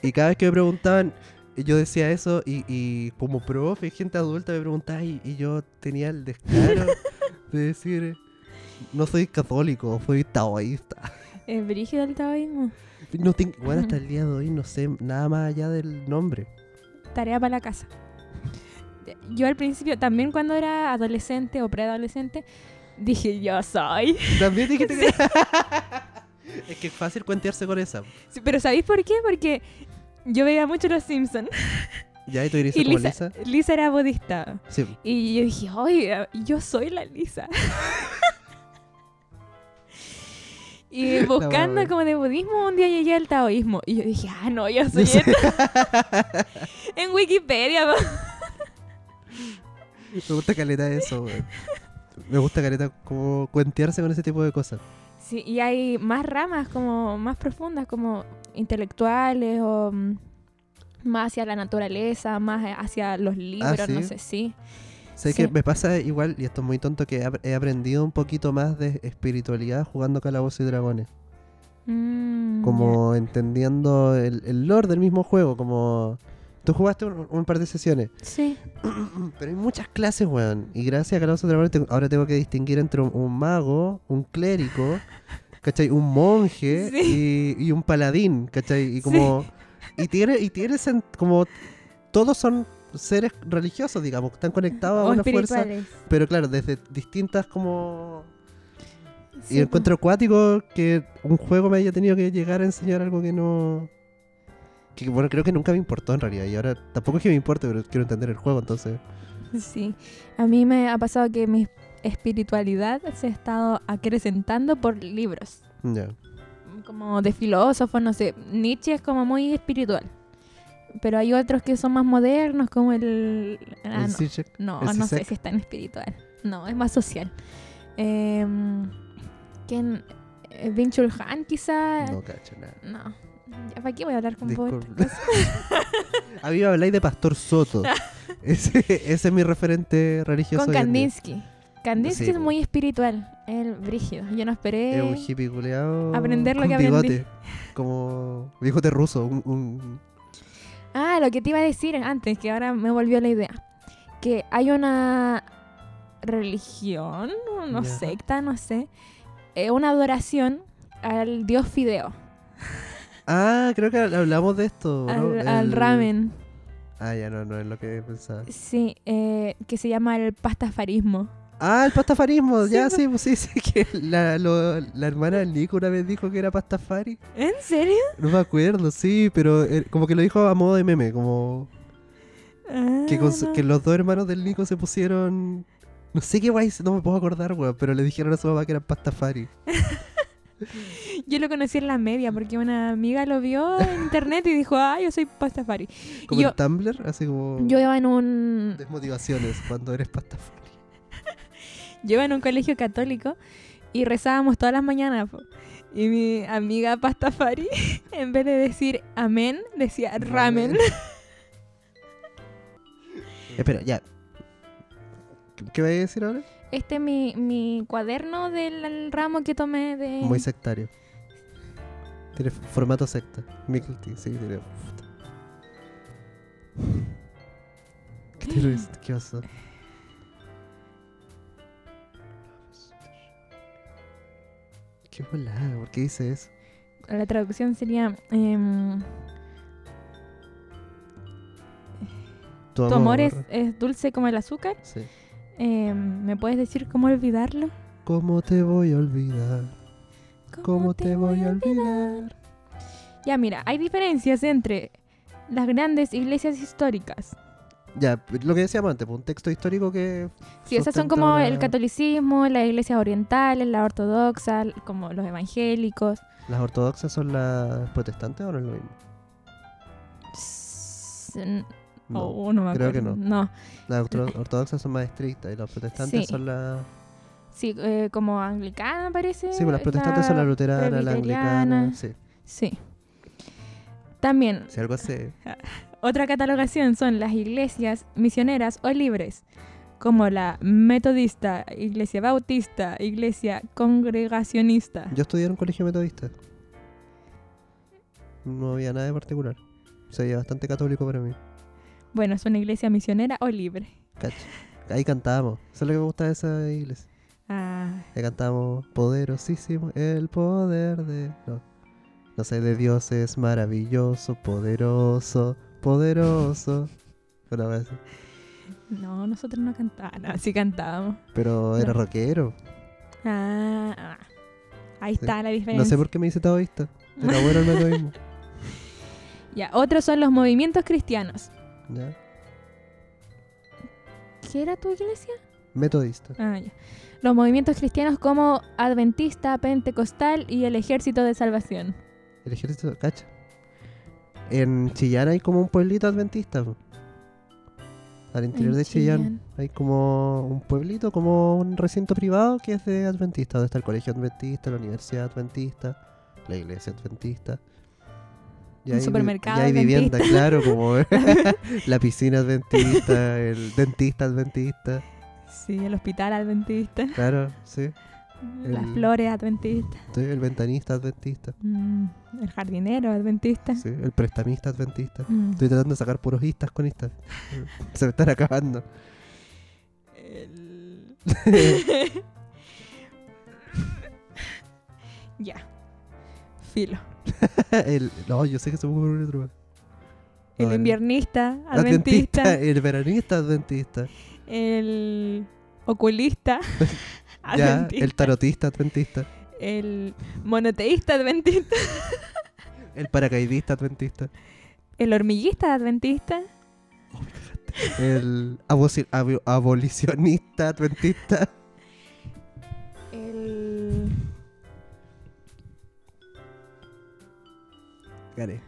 Speaker 1: Y cada vez que me preguntaban, yo decía eso y, y como profe, gente adulta me preguntaba y, y yo tenía el descaro de decir, no soy católico, soy taoísta.
Speaker 2: Es brígido el taoísmo.
Speaker 1: No tengo, igual hasta el día de hoy no sé nada más allá del nombre.
Speaker 2: Tarea para la casa. Yo al principio, también cuando era adolescente o preadolescente, dije yo soy.
Speaker 1: También dijiste que... es que es fácil cuentearse con esa.
Speaker 2: Sí, Pero ¿sabéis por qué? Porque yo veía mucho Los Simpsons.
Speaker 1: Ya, y tú dirías
Speaker 2: Y
Speaker 1: como
Speaker 2: Lisa,
Speaker 1: Lisa.
Speaker 2: Lisa era budista.
Speaker 1: Sí.
Speaker 2: Y yo dije, oye, yo soy la Lisa. y buscando
Speaker 1: buena.
Speaker 2: como de budismo, un día llegué al taoísmo. Y yo dije, ah, no, yo soy el- en Wikipedia. po.
Speaker 1: Me gusta caleta eso, weón. Me gusta caleta como cuentearse con ese tipo de cosas.
Speaker 2: Sí, y hay más ramas como más profundas, como intelectuales o mm, más hacia la naturaleza, más hacia los libros, no
Speaker 1: Ah, ¿sí?
Speaker 2: sé, sí.
Speaker 1: Sé
Speaker 2: Sí.
Speaker 1: que me pasa igual, y esto es muy tonto, que he ap- he aprendido un poquito más de espiritualidad jugando Calabozos y Dragones.
Speaker 2: Mm,
Speaker 1: Como entendiendo el, el lore del mismo juego, como... Tú jugaste un, un par de sesiones,
Speaker 2: ya. Sí, mm.
Speaker 1: pero hay muchas clases, weón. Y gracias a Calabozos y Dragones te- ahora tengo que distinguir entre un, un mago, un clérigo, ¿cachai? Un monje y, y un paladín, ¿cachai? Y como... Y tiene, y tiene sen- como... Todos son seres religiosos, digamos, que están conectados a
Speaker 2: o
Speaker 1: una fuerza
Speaker 2: espirituales.
Speaker 1: pero claro, desde distintas como...
Speaker 2: Sí, pues.
Speaker 1: y
Speaker 2: po.
Speaker 1: encuentro acuático que un juego me haya tenido que llegar a enseñar algo que no... Que bueno, creo que nunca me importó en realidad. Y ahora tampoco es que me importe, pero quiero entender el juego, entonces...
Speaker 2: Sí, a mí me ha pasado que mi espiritualidad se ha estado acrecentando por libros.
Speaker 1: Ya.
Speaker 2: como de filósofos, no sé. Nietzsche es como muy espiritual. Pero hay otros que son más modernos, como el...
Speaker 1: El
Speaker 2: ah, no.
Speaker 1: Zizek.
Speaker 2: No,
Speaker 1: ¿El
Speaker 2: no sé
Speaker 1: Zizek?
Speaker 2: si es tan espiritual. No, es más social. Eh, ¿Quién? Eh, Vin Chul Han, quizá.
Speaker 1: No cacho nada.
Speaker 2: No. Ya, ¿Para qué voy a hablar con vos?
Speaker 1: Discul- A mí me habláis Ah, de Pastor Soto. Ese, ese es mi referente religioso.
Speaker 2: Con
Speaker 1: hoy en día.
Speaker 2: Kandinsky. Kandinsky
Speaker 1: Sí,
Speaker 2: es
Speaker 1: po.
Speaker 2: muy espiritual. El brígido. Yo no esperé.
Speaker 1: Es un hippie culeado.
Speaker 2: aprender lo
Speaker 1: con
Speaker 2: que aprendí.
Speaker 1: bigote, Como bigote ruso. Un, un-
Speaker 2: Ah, lo que te iba a decir antes, que ahora me volvió la idea. Que hay una religión, no
Speaker 1: Ya.
Speaker 2: secta, no sé. eh, una adoración al dios Fideo,
Speaker 1: Ah, creo que hablamos de esto. ¿no?
Speaker 2: al,
Speaker 1: El-
Speaker 2: al ramen.
Speaker 1: Ah, ya no, no es lo que pensaba.
Speaker 2: Sí, eh, que se llama el pastafarismo.
Speaker 1: Ah, el pastafarismo.
Speaker 2: Sí,
Speaker 1: ya,
Speaker 2: po.
Speaker 1: sí, pues, sí, sí. Que la, lo- la hermana del Nico una vez dijo que era pastafari.
Speaker 2: ¿En serio?
Speaker 1: No me acuerdo, sí, pero eh, como que lo dijo a modo de meme. Como
Speaker 2: Ah,
Speaker 1: que, cons- que los dos hermanos del Nico se pusieron. No sé qué guay, no me puedo acordar, weón, pero le dijeron a su mamá que eran pastafari.
Speaker 2: Yo lo conocí en la media porque una amiga lo vio en internet y dijo, ah, yo soy pastafari.
Speaker 1: Como
Speaker 2: Yo-
Speaker 1: en Tumblr, así como.
Speaker 2: Yo iba en un,
Speaker 1: Desmotivaciones cuando eres pastafari.
Speaker 2: yo iba en un colegio católico y rezábamos todas las mañanas. po. Y mi amiga pastafari, en vez de decir amén, decía ramen.
Speaker 1: Espera, Eh, ya. ¿Qué- ¿Qué vais a decir ahora?
Speaker 2: Este es mi, mi cuaderno del ramo que tomé de...
Speaker 1: Muy sectario. Tiene f- formato secta. Mickey, sí, tiene. ¿Qué te lo hiciste? ¿Qué pasó? Qué volada, ¿por qué dice eso?
Speaker 2: La traducción sería... em,
Speaker 1: Tu
Speaker 2: tu amor es, es dulce como el azúcar.
Speaker 1: Sí.
Speaker 2: Em, ¿Me puedes decir cómo olvidarlo?
Speaker 1: ¿Cómo te voy a olvidar? ¿Cómo te voy a olvidar?
Speaker 2: Ya, mira, hay diferencias entre las grandes iglesias históricas.
Speaker 1: Ya, lo que decíamos antes, pues, un texto histórico que.
Speaker 2: Sí, esas son
Speaker 1: sustenta
Speaker 2: como
Speaker 1: una-
Speaker 2: el catolicismo, las iglesias orientales, la ortodoxa, como los evangélicos.
Speaker 1: ¿Las ortodoxas son las protestantes o no es lo mismo?
Speaker 2: S- n-
Speaker 1: No.
Speaker 2: oh, no me
Speaker 1: creo
Speaker 2: acuerdo.
Speaker 1: que no. Las orto- ortodoxas son más estrictas y las protestantes
Speaker 2: Sí.
Speaker 1: son las.
Speaker 2: Sí, eh, como anglicana parece.
Speaker 1: Sí, pues las protestantes
Speaker 2: la-
Speaker 1: son las luteranas, las
Speaker 2: presbiteriana.
Speaker 1: anglicanas. Sí,
Speaker 2: Sí. También,
Speaker 1: si algo así.
Speaker 2: otra catalogación son las iglesias misioneras o libres, como la metodista, iglesia bautista, iglesia congregacionista.
Speaker 1: Yo estudié en un colegio metodista. No había nada de particular. Sería bastante católico para mí.
Speaker 2: Bueno, es una iglesia misionera o libre.
Speaker 1: Cacho. Ahí cantábamos. Eso es lo que me gusta de esa iglesia.
Speaker 2: Ah,
Speaker 1: Ahí cantábamos poderosísimo. El poder de. No. No sé, de Dios es maravilloso, poderoso, poderoso. Una vez. así.
Speaker 2: no, nosotros no cantábamos, sí cantábamos.
Speaker 1: Pero era rockero.
Speaker 2: Ah, ah. ahí
Speaker 1: Sí.
Speaker 2: está la
Speaker 1: No sé
Speaker 2: diferencia.
Speaker 1: por qué me hice taoísta. Era bueno el metodismo.
Speaker 2: Ya, otros son los movimientos cristianos.
Speaker 1: Ya.
Speaker 2: ¿Qué era tu iglesia?
Speaker 1: Metodista.
Speaker 2: Ah, ya. Los movimientos cristianos como Adventista, Pentecostal y el Ejército de Salvación.
Speaker 1: El ejército, cacha. En Chillán hay como un pueblito adventista. po. Al interior
Speaker 2: En
Speaker 1: de Chillán,
Speaker 2: Chillán.
Speaker 1: hay como un pueblito, como un recinto privado que es de adventista, donde está el colegio adventista, la universidad adventista, la iglesia adventista. Y
Speaker 2: Un
Speaker 1: vi-
Speaker 2: supermercado
Speaker 1: y hay vivienda,
Speaker 2: adventista.
Speaker 1: claro, como la piscina adventista, el dentista adventista,
Speaker 2: Sí, el Hospital Adventista.
Speaker 1: claro, sí,
Speaker 2: Las
Speaker 1: El-
Speaker 2: Flores Adventistas.
Speaker 1: sí, el ventanista adventista,
Speaker 2: Mm, el Jardinero Adventista.
Speaker 1: sí, el prestamista adventista.
Speaker 2: Mm.
Speaker 1: Estoy tratando de sacar puros istas con istas. Se me están acabando.
Speaker 2: El- ya. Filo.
Speaker 1: El- no, yo sé que se me ocurre otro.
Speaker 2: El
Speaker 1: Vale.
Speaker 2: inviernista,
Speaker 1: Adventista,
Speaker 2: adventista,
Speaker 1: el veranista adventista.
Speaker 2: el oculista,
Speaker 1: Ya,
Speaker 2: adventista,
Speaker 1: el tarotista adventista.
Speaker 2: el monoteísta adventista,
Speaker 1: El paracaidista adventista.
Speaker 2: el hormiguista adventista,
Speaker 1: El aboci- abo- abolicionista adventista.
Speaker 2: el
Speaker 1: Gané.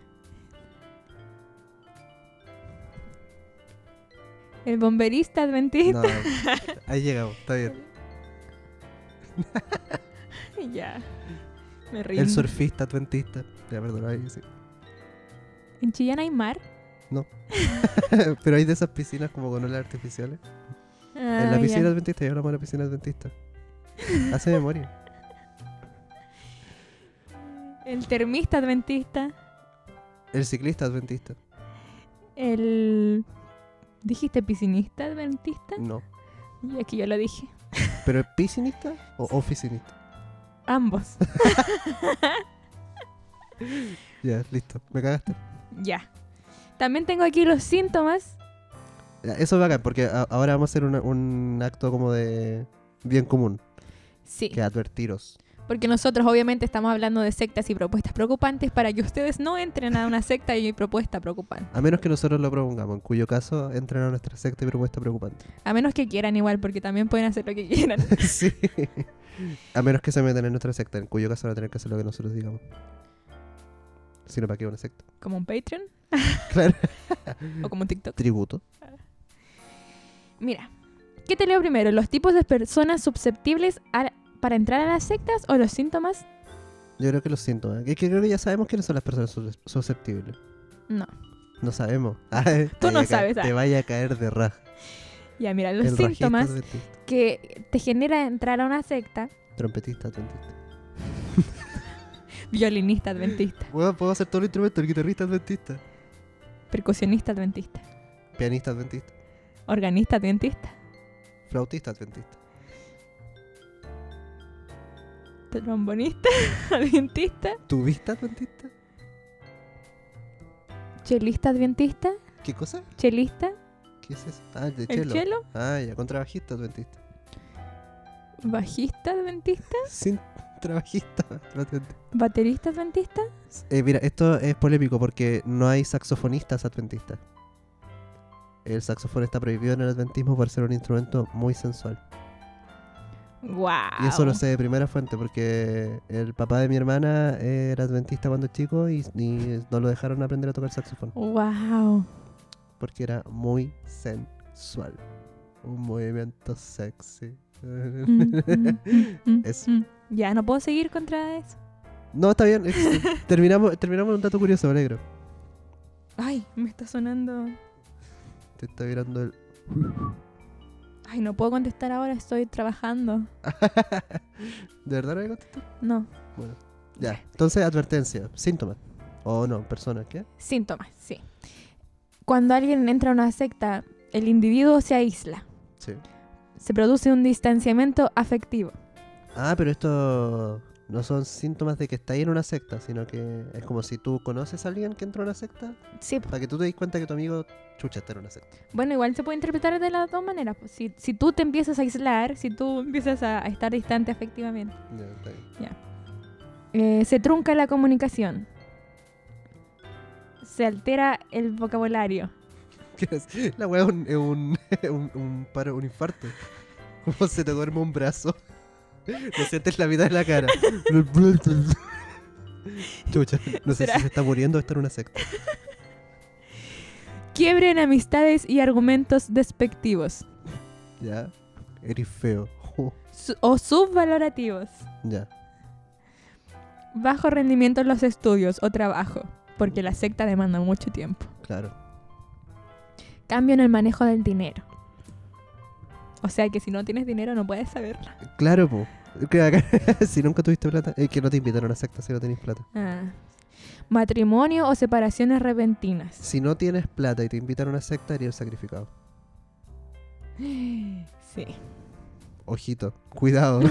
Speaker 2: El bomberista adventista.
Speaker 1: No, ahí llegamos, está bien.
Speaker 2: ya. Me río.
Speaker 1: El surfista adventista. Ya, perdón, ahí sí.
Speaker 2: ¿En Chillán hay mar?
Speaker 1: Pero hay de esas piscinas como con olas artificiales. en la
Speaker 2: Ah,
Speaker 1: piscina
Speaker 2: ya.
Speaker 1: adventista, ya hablamos de la piscina adventista. Hace memoria.
Speaker 2: El termista adventista.
Speaker 1: El ciclista adventista.
Speaker 2: El. ¿Dijiste piscinista adventista?
Speaker 1: No. Mm.
Speaker 2: Y aquí yo lo dije.
Speaker 1: ¿Pero es piscinista o oficinista?
Speaker 2: Ambos.
Speaker 1: Ya, listo. Me cagaste.
Speaker 2: ya. También tengo aquí los síntomas.
Speaker 1: Ya, Eso es bacán, porque a- ahora vamos a hacer una- un acto como de bien común,
Speaker 2: Sí.
Speaker 1: que es advertiros.
Speaker 2: Porque nosotros obviamente estamos hablando de sectas y propuestas preocupantes para que ustedes no entren a una secta y propuesta preocupante.
Speaker 1: A menos que nosotros lo propongamos, en cuyo caso entran a nuestra secta y propuesta preocupante.
Speaker 2: A menos que quieran igual, porque también pueden hacer lo que quieran.
Speaker 1: sí. A menos que se metan en nuestra secta, en cuyo caso van a tener que hacer lo que nosotros digamos. Si no, ¿para qué una secta?
Speaker 2: Como un Patreon
Speaker 1: Claro.
Speaker 2: o como un TikTok.
Speaker 1: Tributo.
Speaker 2: Mira, ¿qué te leo primero? ¿Los tipos de personas susceptibles a- para entrar a las sectas o los síntomas?
Speaker 1: Yo creo que lo siento. ¿eh? Que- que creo que ya sabemos quiénes son las personas sus- susceptibles.
Speaker 2: No.
Speaker 1: No sabemos. Ah, te
Speaker 2: Tú
Speaker 1: vaya
Speaker 2: no
Speaker 1: a ca-
Speaker 2: sabes, ah.
Speaker 1: Te vaya a caer de raja.
Speaker 2: Ya, mira, los
Speaker 1: El rajista
Speaker 2: síntomas
Speaker 1: adventista,
Speaker 2: que te genera entrar a una secta,
Speaker 1: Trompetista, adventista.
Speaker 2: violinista adventista,
Speaker 1: Bueno, puedo hacer todo el instrumento, el guitarrista adventista.
Speaker 2: percusionista adventista,
Speaker 1: Pianista adventista.
Speaker 2: organista adventista,
Speaker 1: Flautista adventista.
Speaker 2: trombonista adventista,
Speaker 1: Tubista adventista.
Speaker 2: chelista adventista,
Speaker 1: ¿Qué cosa?
Speaker 2: chelista,
Speaker 1: ¿Qué es eso? Ah, el de
Speaker 2: el
Speaker 1: chelo.
Speaker 2: chelo,
Speaker 1: Ah, ya, contrabajista adventista.
Speaker 2: bajista adventista,
Speaker 1: Sin trabajista adventista.
Speaker 2: baterista adventista,
Speaker 1: Eh, mira, esto es polémico porque no hay saxofonistas adventistas. El saxofón está prohibido en el adventismo por ser un instrumento muy sensual.
Speaker 2: wow.
Speaker 1: Y eso lo sé de primera fuente porque el papá de mi hermana era adventista cuando chico y, y no lo dejaron aprender a tocar saxofón
Speaker 2: Wow.
Speaker 1: porque era muy sensual. Un movimiento sexy.
Speaker 2: Mm, mm, mm, mm,
Speaker 1: Eso.
Speaker 2: mm. Ya, no puedo seguir contra eso.
Speaker 1: no, está bien. es- terminamos, terminamos un dato curioso, negro.
Speaker 2: Ay, me está sonando.
Speaker 1: Te está mirando el...
Speaker 2: Ay, no puedo contestar ahora, estoy trabajando.
Speaker 1: ¿De verdad no me contestó?
Speaker 2: No.
Speaker 1: Ya. Entonces, advertencia. Síntomas. O no, persona. ¿Qué?
Speaker 2: Síntomas, sí. Cuando alguien entra a una secta, el individuo se aísla.
Speaker 1: Sí.
Speaker 2: Se produce un distanciamiento afectivo.
Speaker 1: Ah, pero esto no son síntomas de que está ahí en una secta, sino que es como si tú conoces a alguien que entró a una secta,
Speaker 2: Sí. po.
Speaker 1: para que tú te des cuenta que tu amigo chucha está en una secta.
Speaker 2: Bueno, igual se puede interpretar de las dos maneras. po. Si, si tú te empiezas a aislar, si tú empiezas a, a estar distante afectivamente,
Speaker 1: Ya, está bien.
Speaker 2: eh, se trunca la comunicación. Se altera el vocabulario.
Speaker 1: ¿Qué es? La weá es un, es un, un, un paro, un infarto. ¿Cómo se te duerme un brazo? Lo sientes la mitad de la cara. Chucha, no sé
Speaker 2: ¿Será?
Speaker 1: si se está muriendo o está en una secta.
Speaker 2: Quiebre en amistades y argumentos despectivos
Speaker 1: Ya. Eres feo. Uh,
Speaker 2: su- o subvalorativos.
Speaker 1: Ya.
Speaker 2: Bajo rendimiento en los estudios o trabajo, porque la secta demanda mucho tiempo.
Speaker 1: Claro.
Speaker 2: Cambio en el manejo del dinero. O sea que si no tienes dinero no puedes saberlo.
Speaker 1: Claro, po. Que acá- si nunca tuviste plata, es que no te invitaron a secta si no tenés plata.
Speaker 2: Ah. Matrimonio o separaciones repentinas.
Speaker 1: Si no tienes plata y te invitan a una secta, eres sacrificado.
Speaker 2: Sí.
Speaker 1: Ojito, cuidado,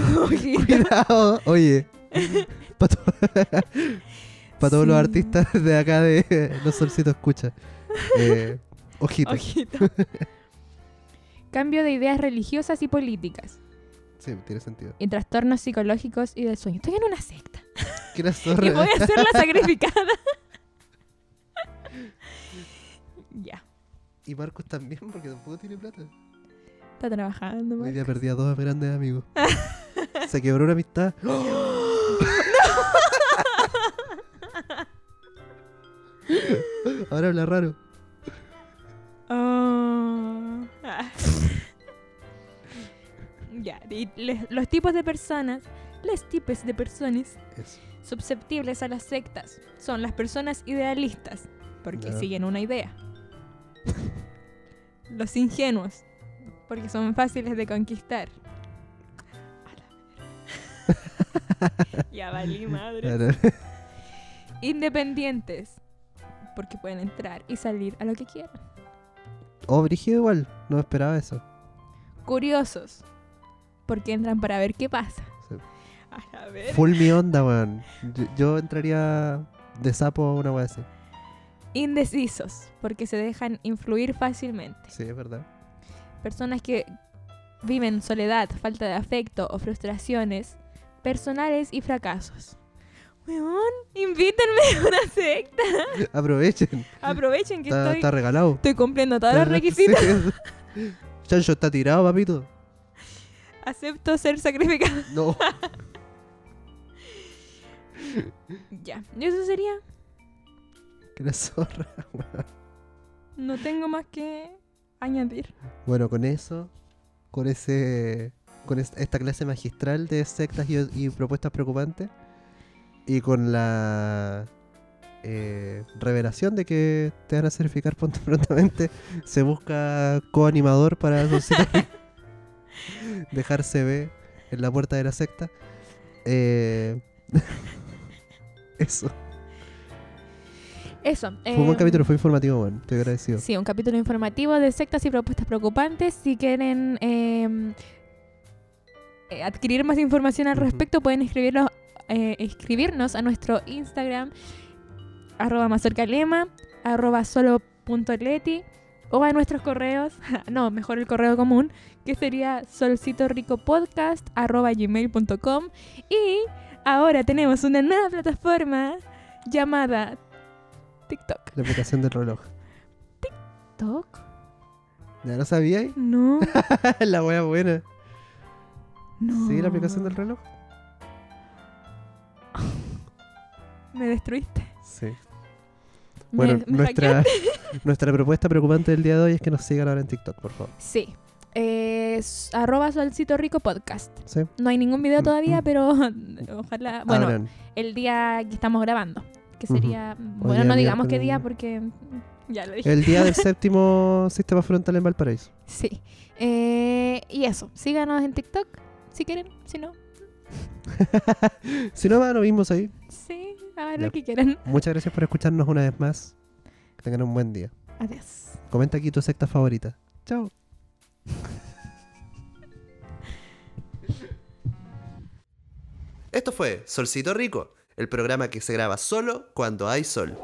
Speaker 2: Ojito.
Speaker 1: cuidado. Oye, para todos los
Speaker 2: Sí.
Speaker 1: artistas de acá de Los Solcitos, escucha. Eh, ojito,
Speaker 2: Ojito. Cambio de ideas religiosas y políticas.
Speaker 1: sí, tiene sentido.
Speaker 2: Y trastornos psicológicos y del sueño. Estoy en una secta.
Speaker 1: Que la
Speaker 2: Y
Speaker 1: zorra.
Speaker 2: voy a ser la sacrificada. ya.
Speaker 1: Y Marcos también, porque tampoco tiene plata.
Speaker 2: Está trabajando. pues.
Speaker 1: Hoy
Speaker 2: Marco.
Speaker 1: día perdí a dos grandes amigos. Se quebró una amistad. Ahora habla raro.
Speaker 2: Oh. Ah. ya, y les- los tipos de personas, los tipos de personas
Speaker 1: Eso.
Speaker 2: susceptibles a las sectas son las personas idealistas, porque
Speaker 1: Ya.
Speaker 2: siguen una idea. los ingenuos, porque son fáciles de conquistar. A la- ya valí madre.
Speaker 1: Claro.
Speaker 2: Independientes, porque pueden entrar y salir a lo que quieran.
Speaker 1: Oh, Brígido igual. No esperaba eso.
Speaker 2: curiosos porque entran para ver qué pasa.
Speaker 1: Sí.
Speaker 2: A ver.
Speaker 1: Full mi onda, weón. Yo, yo entraría de sapo a una wea así.
Speaker 2: Indecisos porque se dejan influir fácilmente.
Speaker 1: Sí, es verdad.
Speaker 2: Personas que viven soledad, falta de afecto o frustraciones personales y fracasos. Weón, invítenme a una secta.
Speaker 1: Aprovechen.
Speaker 2: Aprovechen que
Speaker 1: Está,
Speaker 2: estoy,
Speaker 1: está regalado.
Speaker 2: estoy cumpliendo todos los
Speaker 1: Está-
Speaker 2: requisitos.
Speaker 1: sí. Chancho está tirado, papito.
Speaker 2: Acepto ser sacrificado.
Speaker 1: No.
Speaker 2: Ya, ¿y eso sería?
Speaker 1: Que la zorra, weón.
Speaker 2: No tengo más que añadir.
Speaker 1: Bueno, con eso, con ese con es- esta clase magistral de sectas y, y propuestas preocupantes y con la eh, revelación de que te van a certificar pronto- prontamente, se busca coanimador para sociedad. dejar CB en la puerta de la secta. Eh, eso.
Speaker 2: Eso.
Speaker 1: Fue un buen
Speaker 2: eh,
Speaker 1: capítulo, fue informativo, bueno. Estoy agradecido.
Speaker 2: Sí, un capítulo informativo de sectas y propuestas preocupantes. Si quieren eh, eh, adquirir más información al
Speaker 1: Ujú.
Speaker 2: respecto, pueden escribirlo- eh, escribirnos a nuestro Instagram, arroba mazorcalema, arroba solo.leti, o a nuestros correos, no, mejor el correo común, que sería solcitoricopodcast, arroba gmail.com. Y ahora tenemos una nueva plataforma llamada TikTok.
Speaker 1: La aplicación del reloj.
Speaker 2: ¿TikTok?
Speaker 1: ¿Ya lo sabíais?
Speaker 2: No.
Speaker 1: la wea buena.
Speaker 2: No.
Speaker 1: Sí, la aplicación del reloj.
Speaker 2: Me destruiste.
Speaker 1: Sí.
Speaker 2: Me-
Speaker 1: Bueno,
Speaker 2: me
Speaker 1: nuestra,
Speaker 2: hackeaste.
Speaker 1: nuestra propuesta preocupante del día de hoy es que nos sigan ahora en TikTok, por favor.
Speaker 2: Sí. Eh, s- arroba Solcito Rico Podcast.
Speaker 1: Sí.
Speaker 2: No hay ningún video todavía,
Speaker 1: Mm.
Speaker 2: pero ojalá. Bueno,
Speaker 1: Abran.
Speaker 2: el día que estamos grabando. Que
Speaker 1: Ujú.
Speaker 2: sería. mm, Bueno,
Speaker 1: día
Speaker 2: no digamos qué
Speaker 1: miércoles.
Speaker 2: día porque. mm, Ya lo dije.
Speaker 1: El día del séptimo sistema frontal en Valparaíso.
Speaker 2: Sí. Eh, y eso. Síganos en TikTok si quieren. Si no,
Speaker 1: Si no, va, lo mismo ahí.
Speaker 2: sí. Hagan
Speaker 1: Ya.
Speaker 2: lo que quieran.
Speaker 1: Muchas gracias por escucharnos una vez más. Que tengan un buen día.
Speaker 2: Adiós.
Speaker 1: Comenta aquí tu secta favorita. Chao. Esto fue Solcito Rico, el programa que se graba solo cuando hay sol.